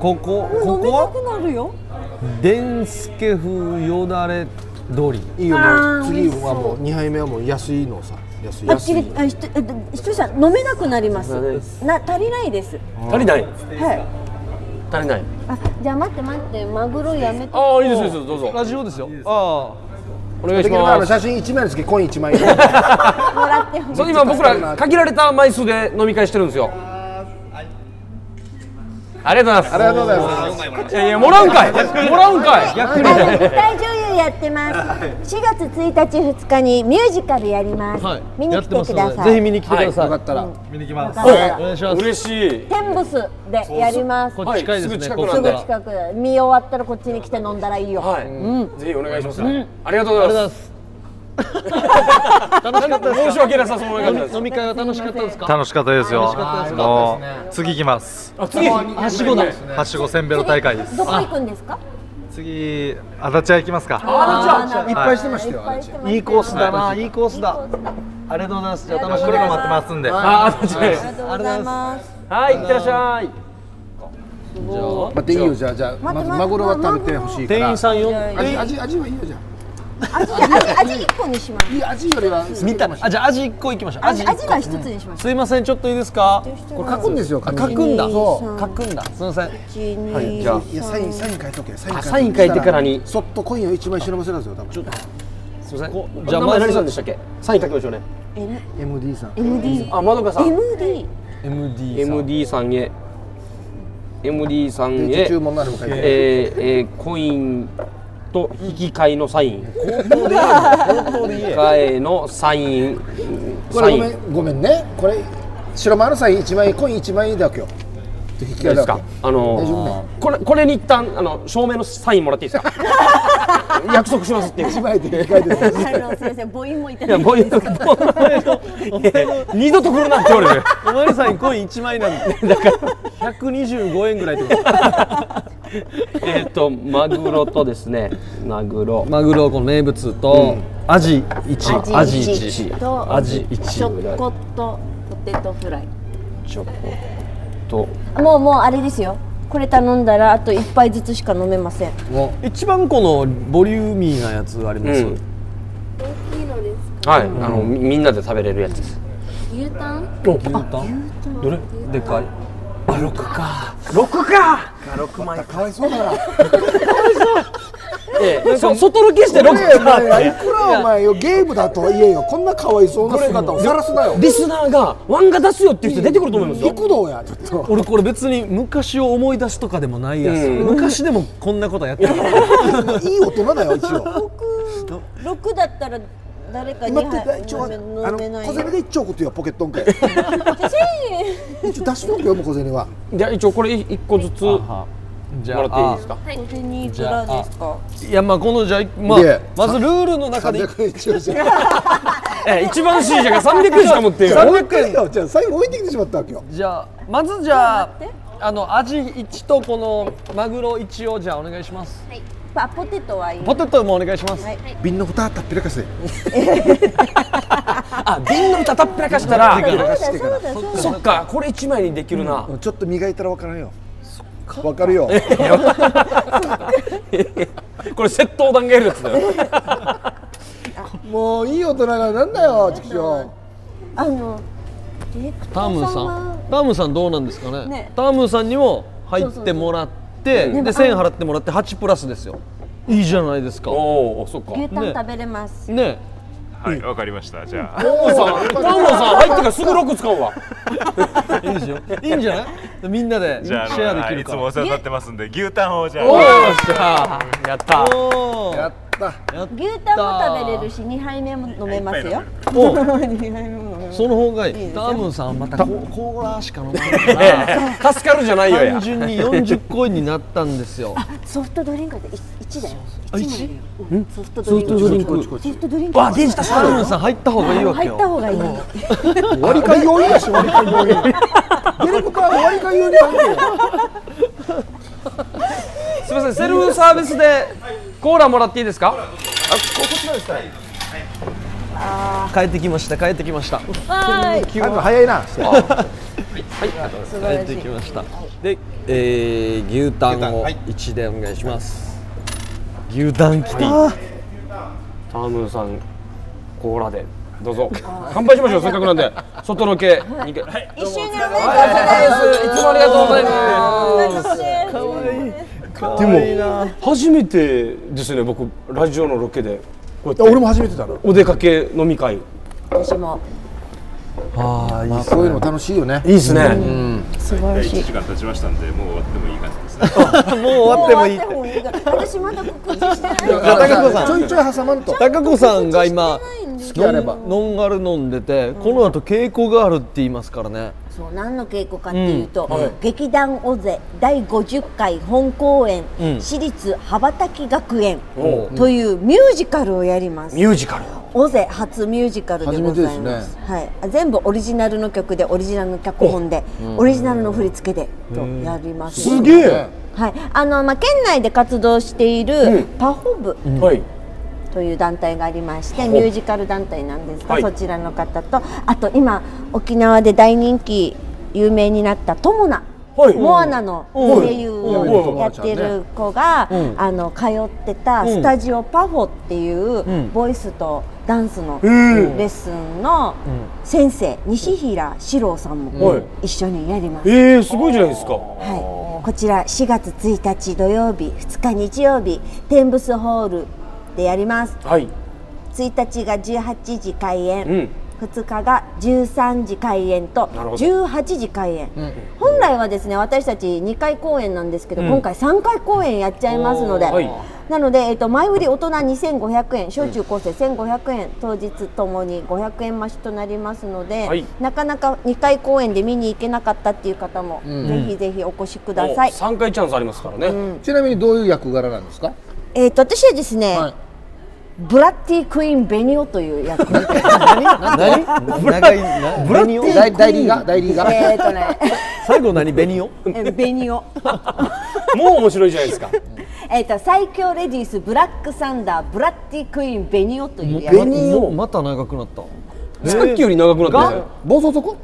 A: ここ
J: も
A: こ
J: う飲
A: こ
J: めな
A: は
J: くなるよ
A: デンスケ風よだれ通り
C: いいよも
J: あ
C: う
J: ー
C: 次
J: 美味しそう
C: はもう二杯目はもう安いのさ安い
J: あっ
C: 安
J: ち
C: い
J: りあひとえでひとりさん飲めなくなりますな足りないです
B: 足りない
J: はい
B: 足りない
J: あじゃあ待って待ってマグロやめて
B: ああいいですいいですどうぞ
A: ラジオですよあ
B: あお願いし
C: できればあ
B: ま
C: の
B: す
C: 写真一枚ですけどコイン一 [laughs] 枚
J: もらってほしい
B: そう今僕ら限られた枚数で飲み会してるんですよありがとうございます
C: ありがとうございます
B: いやいやもらうんかいもらうんかい逆
D: あの舞台女優やってます。4月1日2日にミュージカルやります。見に来てください。
A: ぜひ見に来てください、
C: はいよかったら
A: 見に来ます
D: よかったら
A: お願いします
B: 嬉しい
D: テンボスでやります。
A: こっち近い
B: はいす
A: ですね、
B: ぐ近く
A: こ
B: な
A: っ
B: ん
A: ち
B: で
A: か
D: す
A: ら
D: ぐ近く見終わったらこっちに来て飲んだらいいよ。
B: はい
D: うん。
B: ぜひお願いします、
D: うん
B: ありがとうございます
A: 楽しかったですか
B: 申し訳なさそうな感じです
A: 飲み会は楽しかったですか
P: 楽しかったですよ
A: 楽しかったですか
P: もう次行きます
B: あ次はしごだ
P: はしごせんべろ大会です
D: どこ行くんですか？
P: 次足立屋行きますか
D: あ足立屋
P: はい
D: っぱいしてましたよ
P: はい
D: 足立
A: いいコースだな、、
P: はい
A: いコースだありがとうございますじゃあ楽しみ
P: これが待ってますんで
B: あー足立屋です
D: ありがとうございます。
B: はいいってらっしゃい
C: 待っていいよじゃあじゃあまずマグロは食べてほしいから
A: 店員さんよ
C: 味味味はいいよじゃ
D: 味味味一個にします。
C: いや味よりは
A: 見たあじゃあ味一個いきましょう
D: 味
A: 一個
D: 味は一つにします。
A: すいませんちょっといいですかこれ
C: 書くんですよ
A: あ書くんだ
C: そ
A: 書くんだすいません
D: 一二
C: はいじゃあいやサインサイン書いとけサイン書いと
B: あ
C: け
B: サイン書いてからに
C: そっとコインを一枚忍ばせなんですよ多分
B: すみませんこ
A: じゃあ
B: 名前
A: まず
B: 何さんでしたっけサイン書きましょうね
D: M
C: MD さん
D: MD
B: あまどかさん
D: MD
A: MD さん
B: MD さんへ MD さん
C: で
B: へ
C: 注文なるも書いて
B: えーえーコインと引き換えのサイン引き換えのサイン
C: これ
B: サ
C: ご
B: イ
C: め
B: ン
C: んごめんねこれ白丸さん1枚コイン1枚だけよと引き
B: いい
C: 換え
B: で
C: だ
B: す
C: け
B: かあの
C: 大丈夫ね
B: これこれに一旦あの証明のサインもらっていいですか約束しますっていう
C: 1枚で引き換えです
J: 彼の先生母音もいた
B: い
J: だ
B: や
J: いて
B: もういうもういや二度と来るなって俺ね
A: お前らさんコイン1枚なんでだから125円ぐらいってこと
B: えっとマグロとですねマグロ
A: マグロこの名物と、アジ1ア
J: ア
A: ジ
J: ジ一
A: 1
J: と
A: アジ
J: チ
A: 1
J: ョコとポテトフライ
B: チョコと
D: もうもうあれですよ。これ頼んだらあと一杯ずつしか飲めません。
A: 一番このボリューミーなやつあります、
B: うんはいあのみみんなで食べれるやつです
O: 牛タン
B: お
A: 牛タン
B: どれ
A: でかい
B: 六か
C: 6枚かわいそうだな
B: [laughs] ええそ外ロケして六
C: お前
B: か
C: いくらお前よゲームだとは言えよこんなかわいそうな姿をさらすなよ
B: リスナーがワンが出すよっていう人出てくると思いますよ
C: 幾度やちょっと
A: 俺これ別に昔を思い出すとかでもないやつ、
B: うん
A: 昔でもこんなことやってる
C: いい大人だよ一
B: [laughs]
C: 応
J: 6だったら誰か
C: 今
J: 2
C: って
J: 杯
C: 一
J: 飲
C: 応あ
J: め
C: の
J: 飲めない
C: 小銭で一丁ことよポケットンかい一応出しとくよもう小銭は
B: じゃあ一応これ一個ずつも
A: じ
B: らっていいです
A: か
B: か
J: 小銭いくらですか
A: いやまあこのじゃあまあ
C: で
A: まずルールの中で
C: 300円一応じゃ
B: ええ一番 C じゃが300円しか持ってる
C: 3 0円よじゃあ最後置いてきてしまったわけよ
A: じゃあまずじゃああのアジ1とこのマグロ1をじゃあお願いします
D: あポテトはいい。
A: ポテトもお願いします、
C: 瓶の蓋たっぺらかして
B: あ瓶の蓋たっぺらかしたら
C: たっぺらかしてから
B: そっかこれ一枚にできるな
C: ちょっと磨いたらわからんよわかるよ
B: これ窃盗団がやるやつだよ
C: もういい大人がなんだよ畜生
D: あのディレクタ
A: ター
D: ー
A: ムー
D: さん
A: さ
D: は
A: んタームーさんどうなんですかね
D: ね
A: タームーさんにも入ってもらって
D: そうそう
A: で1000円払ってもらって8プラスですよいいじゃないですか
B: おおそっか
D: 牛タン食べれます。
A: ね
Q: はい、わかりました。じゃあ。
B: どうもさん、どうもさん、入ってからすぐ6使うわ。
A: いいですよ。いいんじゃないみんなでシ
Q: じゃあ、あの
A: ェアできる
Q: いつ
A: か
Q: もお世話になってますんで、牛タンをじゃあ。
A: おーよっし
Q: ゃ
B: やった
A: や
Q: った。
A: ら
D: 牛タンも食べれるし二杯目も飲めますよ
A: おう
D: 二杯目も飲めます
A: その方がいい
D: いいです
A: タ
D: よ
A: ームンさんまたココーラしか飲まない
B: から助かるじゃないよや
A: 単純に40コインになったんですよ
D: ソフトドリンクで一だよ
A: あ
D: 一なのようんソフト
A: ソ
D: ド
A: フ
D: リン
A: ト
D: ク
A: ドリンク
D: ソフトドリンク
A: わデジタルタームンさん入った方がいいわけ
D: 入
A: よ
D: った方がいい
C: 割りか要因だし終わりか要因デルプカは終わりか要因だ
B: すみません、セルフサービスでコーラもらっていいですか。あ、こっちですか。
A: 帰ってきました帰ってきました
B: はーい
A: 急
C: あ早いな
A: はい、帰ってきました。で、えー、牛タンを一でお願いします。牛タンきた。
B: タームーさん、コーラで、どうぞ。 [laughs] 乾杯しましょう、せっかくなんで、外ロケ、にけ。はい、
D: 一周年おめでとうご
B: ざいます。いつもありがとうございます。
C: で
B: も、初めてですね、僕、ラジオのロケで。こうやって
C: 俺も初めてだな
B: お出かけ飲み会。
D: 私も
A: ああ、いい
C: っすねこういうのも楽しいよね
B: いいっすね
C: うん
D: 素晴らしい
Q: 一時間経ちましたんで、もう終わってもいい感じですね。
A: もう終わってもいい。
D: もいいから私まだ告知してない
A: じゃあ高子さん
C: ちょいちょい挟まんと
A: 高子さんが今
D: 好
C: きあれば
A: ノンノンアル飲んでて、この後稽古があるって言いますからね。
D: そう何の稽古かっていうと、
A: うんはい
D: 劇団オゼ第50回本公演、
A: うん
D: 私立羽ばたき学園
A: おう
D: というミュージカルをやります。
B: ミュージカル。
D: オゼ初ミュージカルでございま。
C: 初めてですす
D: はい、全部オリジナルの曲でオリジナルの脚本で
C: おうん
D: オリジナルの振り付けでとやります。
C: すげえ。
D: はい、あのまあ県内で活動しているパホブ
B: はい。
D: という団体がありまして、
B: ほう
D: ミュージカル団体なんですが、
B: はい
D: そちらの方とあと今沖縄で大人気有名になったトモナ、
B: はい
D: モアナの
B: うん
D: 声優
B: う
D: を
B: ん
D: やってる子が、
B: うん
D: あの通ってたスタジオパフォっていう、
B: うん
D: ボイスとダンスのレ
B: うん
D: ッスンの先生、西平史郎さん
B: はい
D: も一緒にやります。
B: ええー、すごいじゃないですか。
D: こちら4月1日土曜日2日日曜日天ブスホールでやります
B: はい。
D: 1日が18時開演、
B: うん
D: 2日が13時開演と
B: なるほど
D: 18時開演、本来はですね私たち2回公演なんですけど、
B: うん
D: 今回3回公演やっちゃいますので、
B: おーはい
D: なので、えっと、前売り大人2500円小中高生1500円、当日ともに500円増しとなりますので、
B: はい
D: なかなか2回公演で見に行けなかったっていう方も、
C: うん
D: ぜひぜひお越しください。
B: 三回チャンスありますからね。
C: ちなみにどういう役柄なんですか
D: えっと私はですね、ブラッティクイーンベニオという役
A: 何？長いな
D: ブラッ
A: ベニオ
D: ティ
C: 大大リーガー大リーガー
D: えーとね
B: [laughs]
A: 最後何ベニオ？
D: えベニオ
B: もう面白いじゃないですか。
D: えっと最強レディースブラックサンダーブラッティクイーンベニオという役
A: ベニオまた長くなった。
B: さっきより長くなったね
A: が
C: [laughs] 暴走族？
A: 暴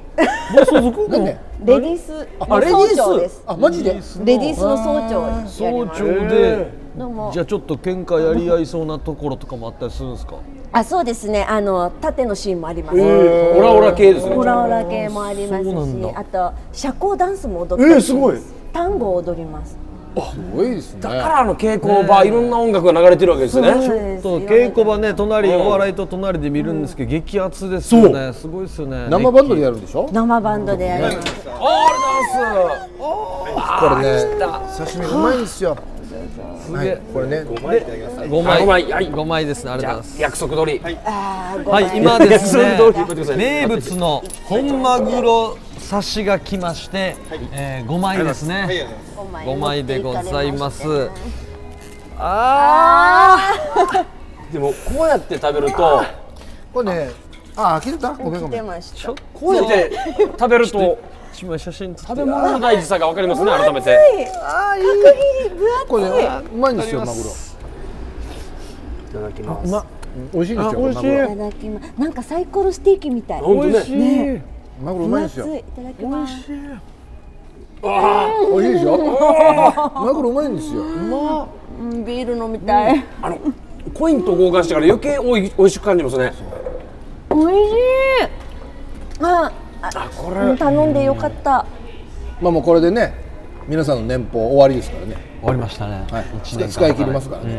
A: 走族？なんで？
D: レディース
A: あ
D: の
A: レディー
D: 総
A: ス
D: 長です
C: あマジで
D: レディースの総長をやります
A: 総長で。
D: どうも
A: じゃあちょっと喧嘩やり合いそうなところとかもあったりするんですか？
D: あそうですねあの縦のシーンもあります
A: へーオラオラ系ですね
D: オラオラ系もありますし
A: そうなんだ
D: あと社交ダンスも踊ったりします,、単語を踊ります
C: すごいですね。
B: だからあの稽古場、いろんな音楽が流れてるわけですね。
A: ちょっと稽古場ね隣お笑いと隣で見るんですけど激アツですよねすごいですよね
C: 生バンドでやるんでしょ？
D: 生バンドでやります
C: これね、刺身うまいんですよ。
A: す
C: は
A: げえ
C: い、これね、
A: 5枚いただきます5枚
B: あ五枚はい
A: 五枚ですねありがとうございます
B: 約束通り。はい。
A: はい今ですね
B: 約束通り待ってください
A: 名物の本マグロ刺しが来ましてえー五枚です
B: あり
A: ね
B: がとう
D: ございます
A: 五枚でございます
B: ああ。でもこうやって食べると、
C: これね、あ、開けてた？ごめんごめん。
A: ちょっと
B: こうやって食 [laughs] べると
A: 一枚写真撮って
B: 食べ物の大事さがわかりますね改めて。
C: あ、いい。これね、うまいんですよマグロ。いただきます。ま、美味しいんですよ。これマグ
D: い
C: ロ
D: ただきますなんかサイコロステーキみたい
C: 本当ね美味しい
D: ね
C: マグロうまいんですよ。
D: 分厚いいただきます
C: 美味しいでしょ？ [laughs] マグロうまいんですよ。
D: うんビール飲みたい、
B: コインと交換してから余計おい美味しく感じますね。
D: 美味しいああ
C: こ
B: れ
D: うん頼んでよかった
C: まあもうこれでね、皆さんの年俸終わりですからね。
A: 終わりましたね。
C: はい。
A: 一年間
C: 使い切りますからね。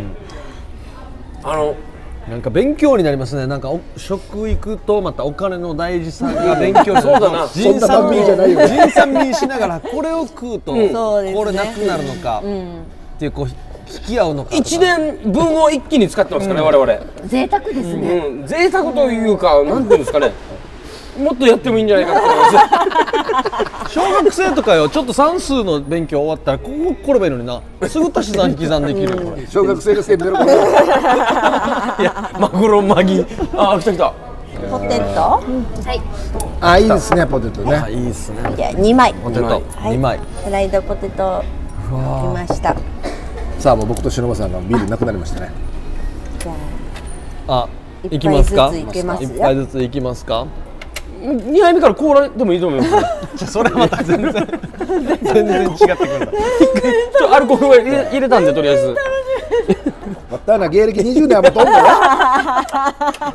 B: あの
A: なんか勉強になりますねなんかお食育とまたお金の大事さが勉強する
B: そうだな
A: 人
B: そんな番
A: 産
B: 組
A: 民
B: じゃないよ
A: 人産民しながらこれを食うと、
B: うん
A: こ
B: そうですね
A: れなくなるのか、っていうこうひ引き合うのか
B: 1年分を一気に使ってますからね、我々
L: 贅沢ですね、
B: うん、贅沢というか、なんていうんです [laughs] かねもっとやってもいいんじゃないかなと思います
A: [laughs] 小学生とかよちょっと算数の勉強終わったらここ転べるのになすぐ足し算引き算できる、
C: 小学生がせんべろか
B: マグロマギあ来た来た
D: ポテト、はい
C: [laughs] あいいですねポテトね
A: いいですね
D: じゃあ2枚
C: ポテト
D: い
C: 二枚
D: フライドポテトきました
C: さあもう僕と篠間さんのビールなくなりましたね
D: じゃあ
A: あ行きますか
D: いっぱいずつ行けますよ
A: いっぱいずつ行きますか
B: 2杯目からコーラでもいいと思います
A: じゃそれはまた全然 [laughs] 全然違ってくるんだ
B: ちょアルコールは入れ [laughs] 入れたんでとりあえず
C: [laughs] またな芸歴20年はもっ [laughs] とおんだ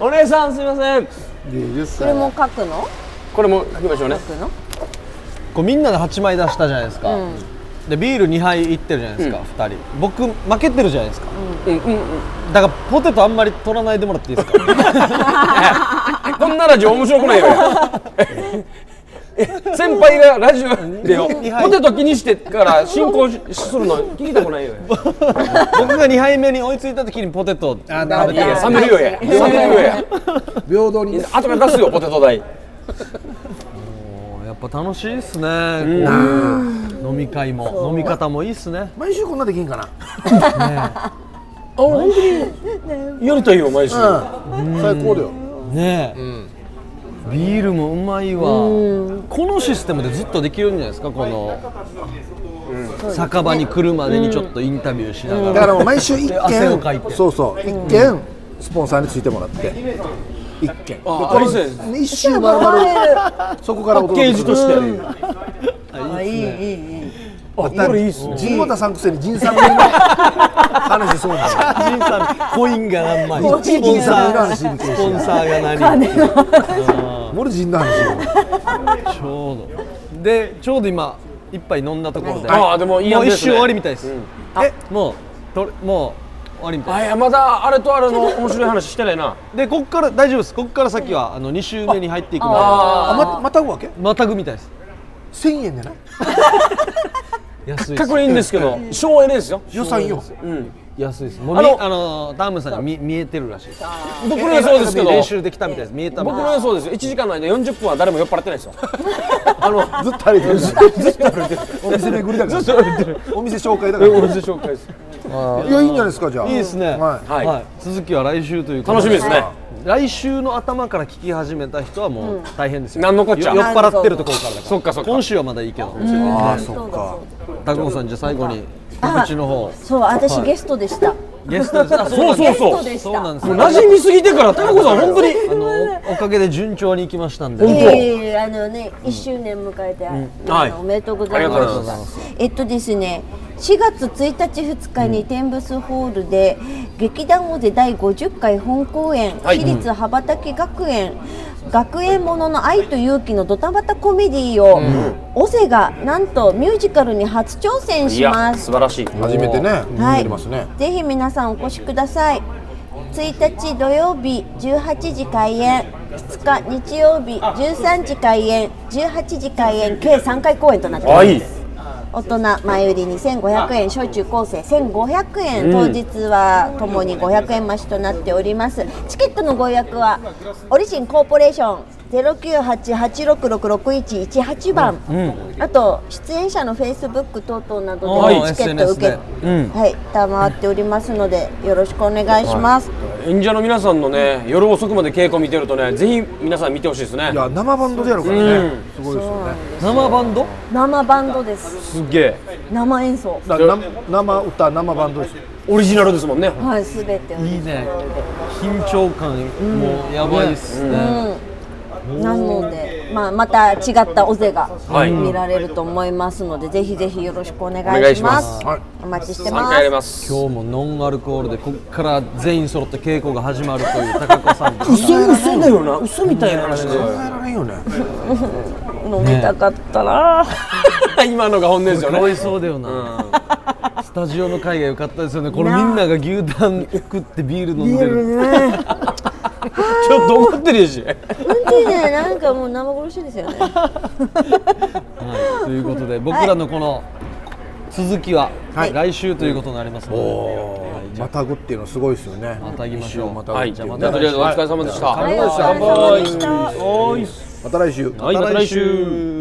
B: お姉さんすみません
D: これも書くの
B: これも書きましょうね
A: こうみんなで8枚出したじゃないですか、
D: うん
A: でビール2杯いってるじゃないですか、二2人僕負けてるじゃないですか
B: うんうん
A: だからポテトあんまり取らないでもらっていい [laughs] ですか
B: こんなラジオ面白くないよ先輩がラジオでよポテト気にしてから進行しするの聞きたくないよ
A: 僕が2杯目に追いついた時にポテト食べて
B: なるほどいや冷めるよや冷めるよや
C: 平等に
B: 後から出すよポテト代
A: やっぱ楽しいですね、こういう飲み会も飲み方もいいですね
C: 毎週こんなできんかな
B: あ本当にやりたいよ毎週
C: うん最高だよ
A: ねえ、ビールもうまいわこのシステムでずっとできるんじゃないですかこの酒場に来るまでにちょっとインタビューしながら、
C: だからもう毎週一
A: で汗をかい
C: 件
A: て
C: そうそう一件スポンサーについてもらって一件
B: あ
C: この
B: いいですね
C: 一周丸々そこから
B: パッケージとして
C: 驚いくる
D: あいいいいいい
C: ま
B: こ
C: た
B: れいいっすね
C: 陣又さんくせに陣さんの
D: [laughs]
C: 話しそうな
A: 陣さんコインが何枚
C: スポンサーの話
A: スポンサーが何人
C: 俺陣の話
A: ちょうどでちょうど今一杯飲んだところで、
B: はいあーでもいい
A: もう
B: やつ
A: 一
B: です
A: 周
B: ね
A: 終わりみたいです、えもうとれもう終わりみたい
B: あ
A: で
B: い
A: す
B: やまだあれとあれの面白い話してないな
A: でこっから大丈夫ですこっから先はあの2周目に入っていくまで
B: あーあ
C: ままたぐわけ
A: またぐみたいです
C: 千円でない
A: 安いです
B: 確認ですけど省エネですよ
C: 予算よ
B: うん
A: 安いですもう
B: あ
A: あ
B: の
A: のあのダームさんが見見えてるらしいです
B: 僕の予想ですけど
A: 練習できたみたいです見えたみ
B: 僕の
A: たいで
B: 予想ですよ1時間の間40分は誰も酔っ払ってないですよあの
C: ずっと歩いてるずっと歩いてるお店巡りだから
B: ずっと歩いてる
C: お店紹介だから
B: お店紹介です
C: あーいやいいんじゃないですかじゃあ
A: すいいですね
C: は
A: はい、続きは来週ということ
B: 楽しみですね
A: 来週の頭から聞き始めた人はもう大変ですよ、
B: 何のこっちゃ
A: よ酔っ払ってるところからだから
B: そっかそっか
A: 今週はまだいいけど
C: ああそっか
A: タコさんじゃあ最後に告知の方
D: そう私
A: はい
D: ゲストでした、
A: ゲストですあ
B: そうそうそう
A: なんですそうなんです
B: もう馴染みすぎてからタコさん本当に
A: あのおおかげで順調に行きましたんで
D: いえいえあのね1周年迎えて、
A: ん
D: あの
A: はい
D: おめでとうござい
A: ありがとう
D: ま
A: ご
D: す
A: ざいます
D: えっとですね4月1日2日に天ブスホールで、劇団大勢第50回本公演、
R: はい
D: 私立羽ばたき学園、学園ものの愛と勇気のドタバタコメディを、尾瀬がなんとミュージカルに初挑戦します
B: 素晴らしい
C: 初めてね
D: はい
C: 見れますね
D: ぜひ皆さんお越しください。1日土曜日18時開演、2日日曜日13時開演、18時開演計3回公演となっております。大人前売り2500円、小中高生1500
R: う
D: 円、
R: ん
D: 当日はともに500円増しとなっております。チケットのご予約はオリジンコーポレーション0988666118番、
A: うん
D: あと出演者のフェイスブック等々など
B: は
D: で
B: い
D: もチケット受け、
B: SNS でうん
D: はい、賜っておりますので、よろしくお願いします。
B: 演者の皆さんのね夜遅くまで稽古見てるとねぜひ皆さん見てほしいですねいや
C: 生バンドでやるからねすごいですよね
A: 生バンド
D: 生バンドです。
B: すっげえ
D: 生演奏。
C: だからな生歌生バンドです
B: オリジナルですもんね
D: はい、すべて。
A: いいね緊張感もうやばいっすね、
D: うん。なので、まあ、また違った尾瀬が
A: はい
D: 見られると思いますので、ぜひぜひよろしくお願
A: お願い
D: い
A: し
D: し
A: ま
D: ますす。
A: は
D: お待ちして
A: 三
D: ま
A: 回
D: す。
A: やり
B: ます
A: 今日もノンアルコールでここから全員揃って稽古が始まるという高子さん
B: 嘘嘘だよな嘘みたいな話で
C: ないよね
D: 飲みたかったな。
B: 今のが本音ですよね
A: [laughs] かわいそうだよな、スタジオの会が良かったですよねこのみんなが牛タン食ってビール飲んでる
B: ちょっと怒ってるし
D: 本当にねなんかもう生殺しですよね
A: ということで僕らのこの続きは来週ということになりますので、
C: またぐっていうのすごいですよね。
A: また行きましょう
C: また
A: はい
C: ぐっていうね
A: じゃあまたとりあえずお疲れ様でした
C: はい
A: はい
C: 乾杯
A: お疲れ様でした
C: 乾杯また来週。
A: はいまた来週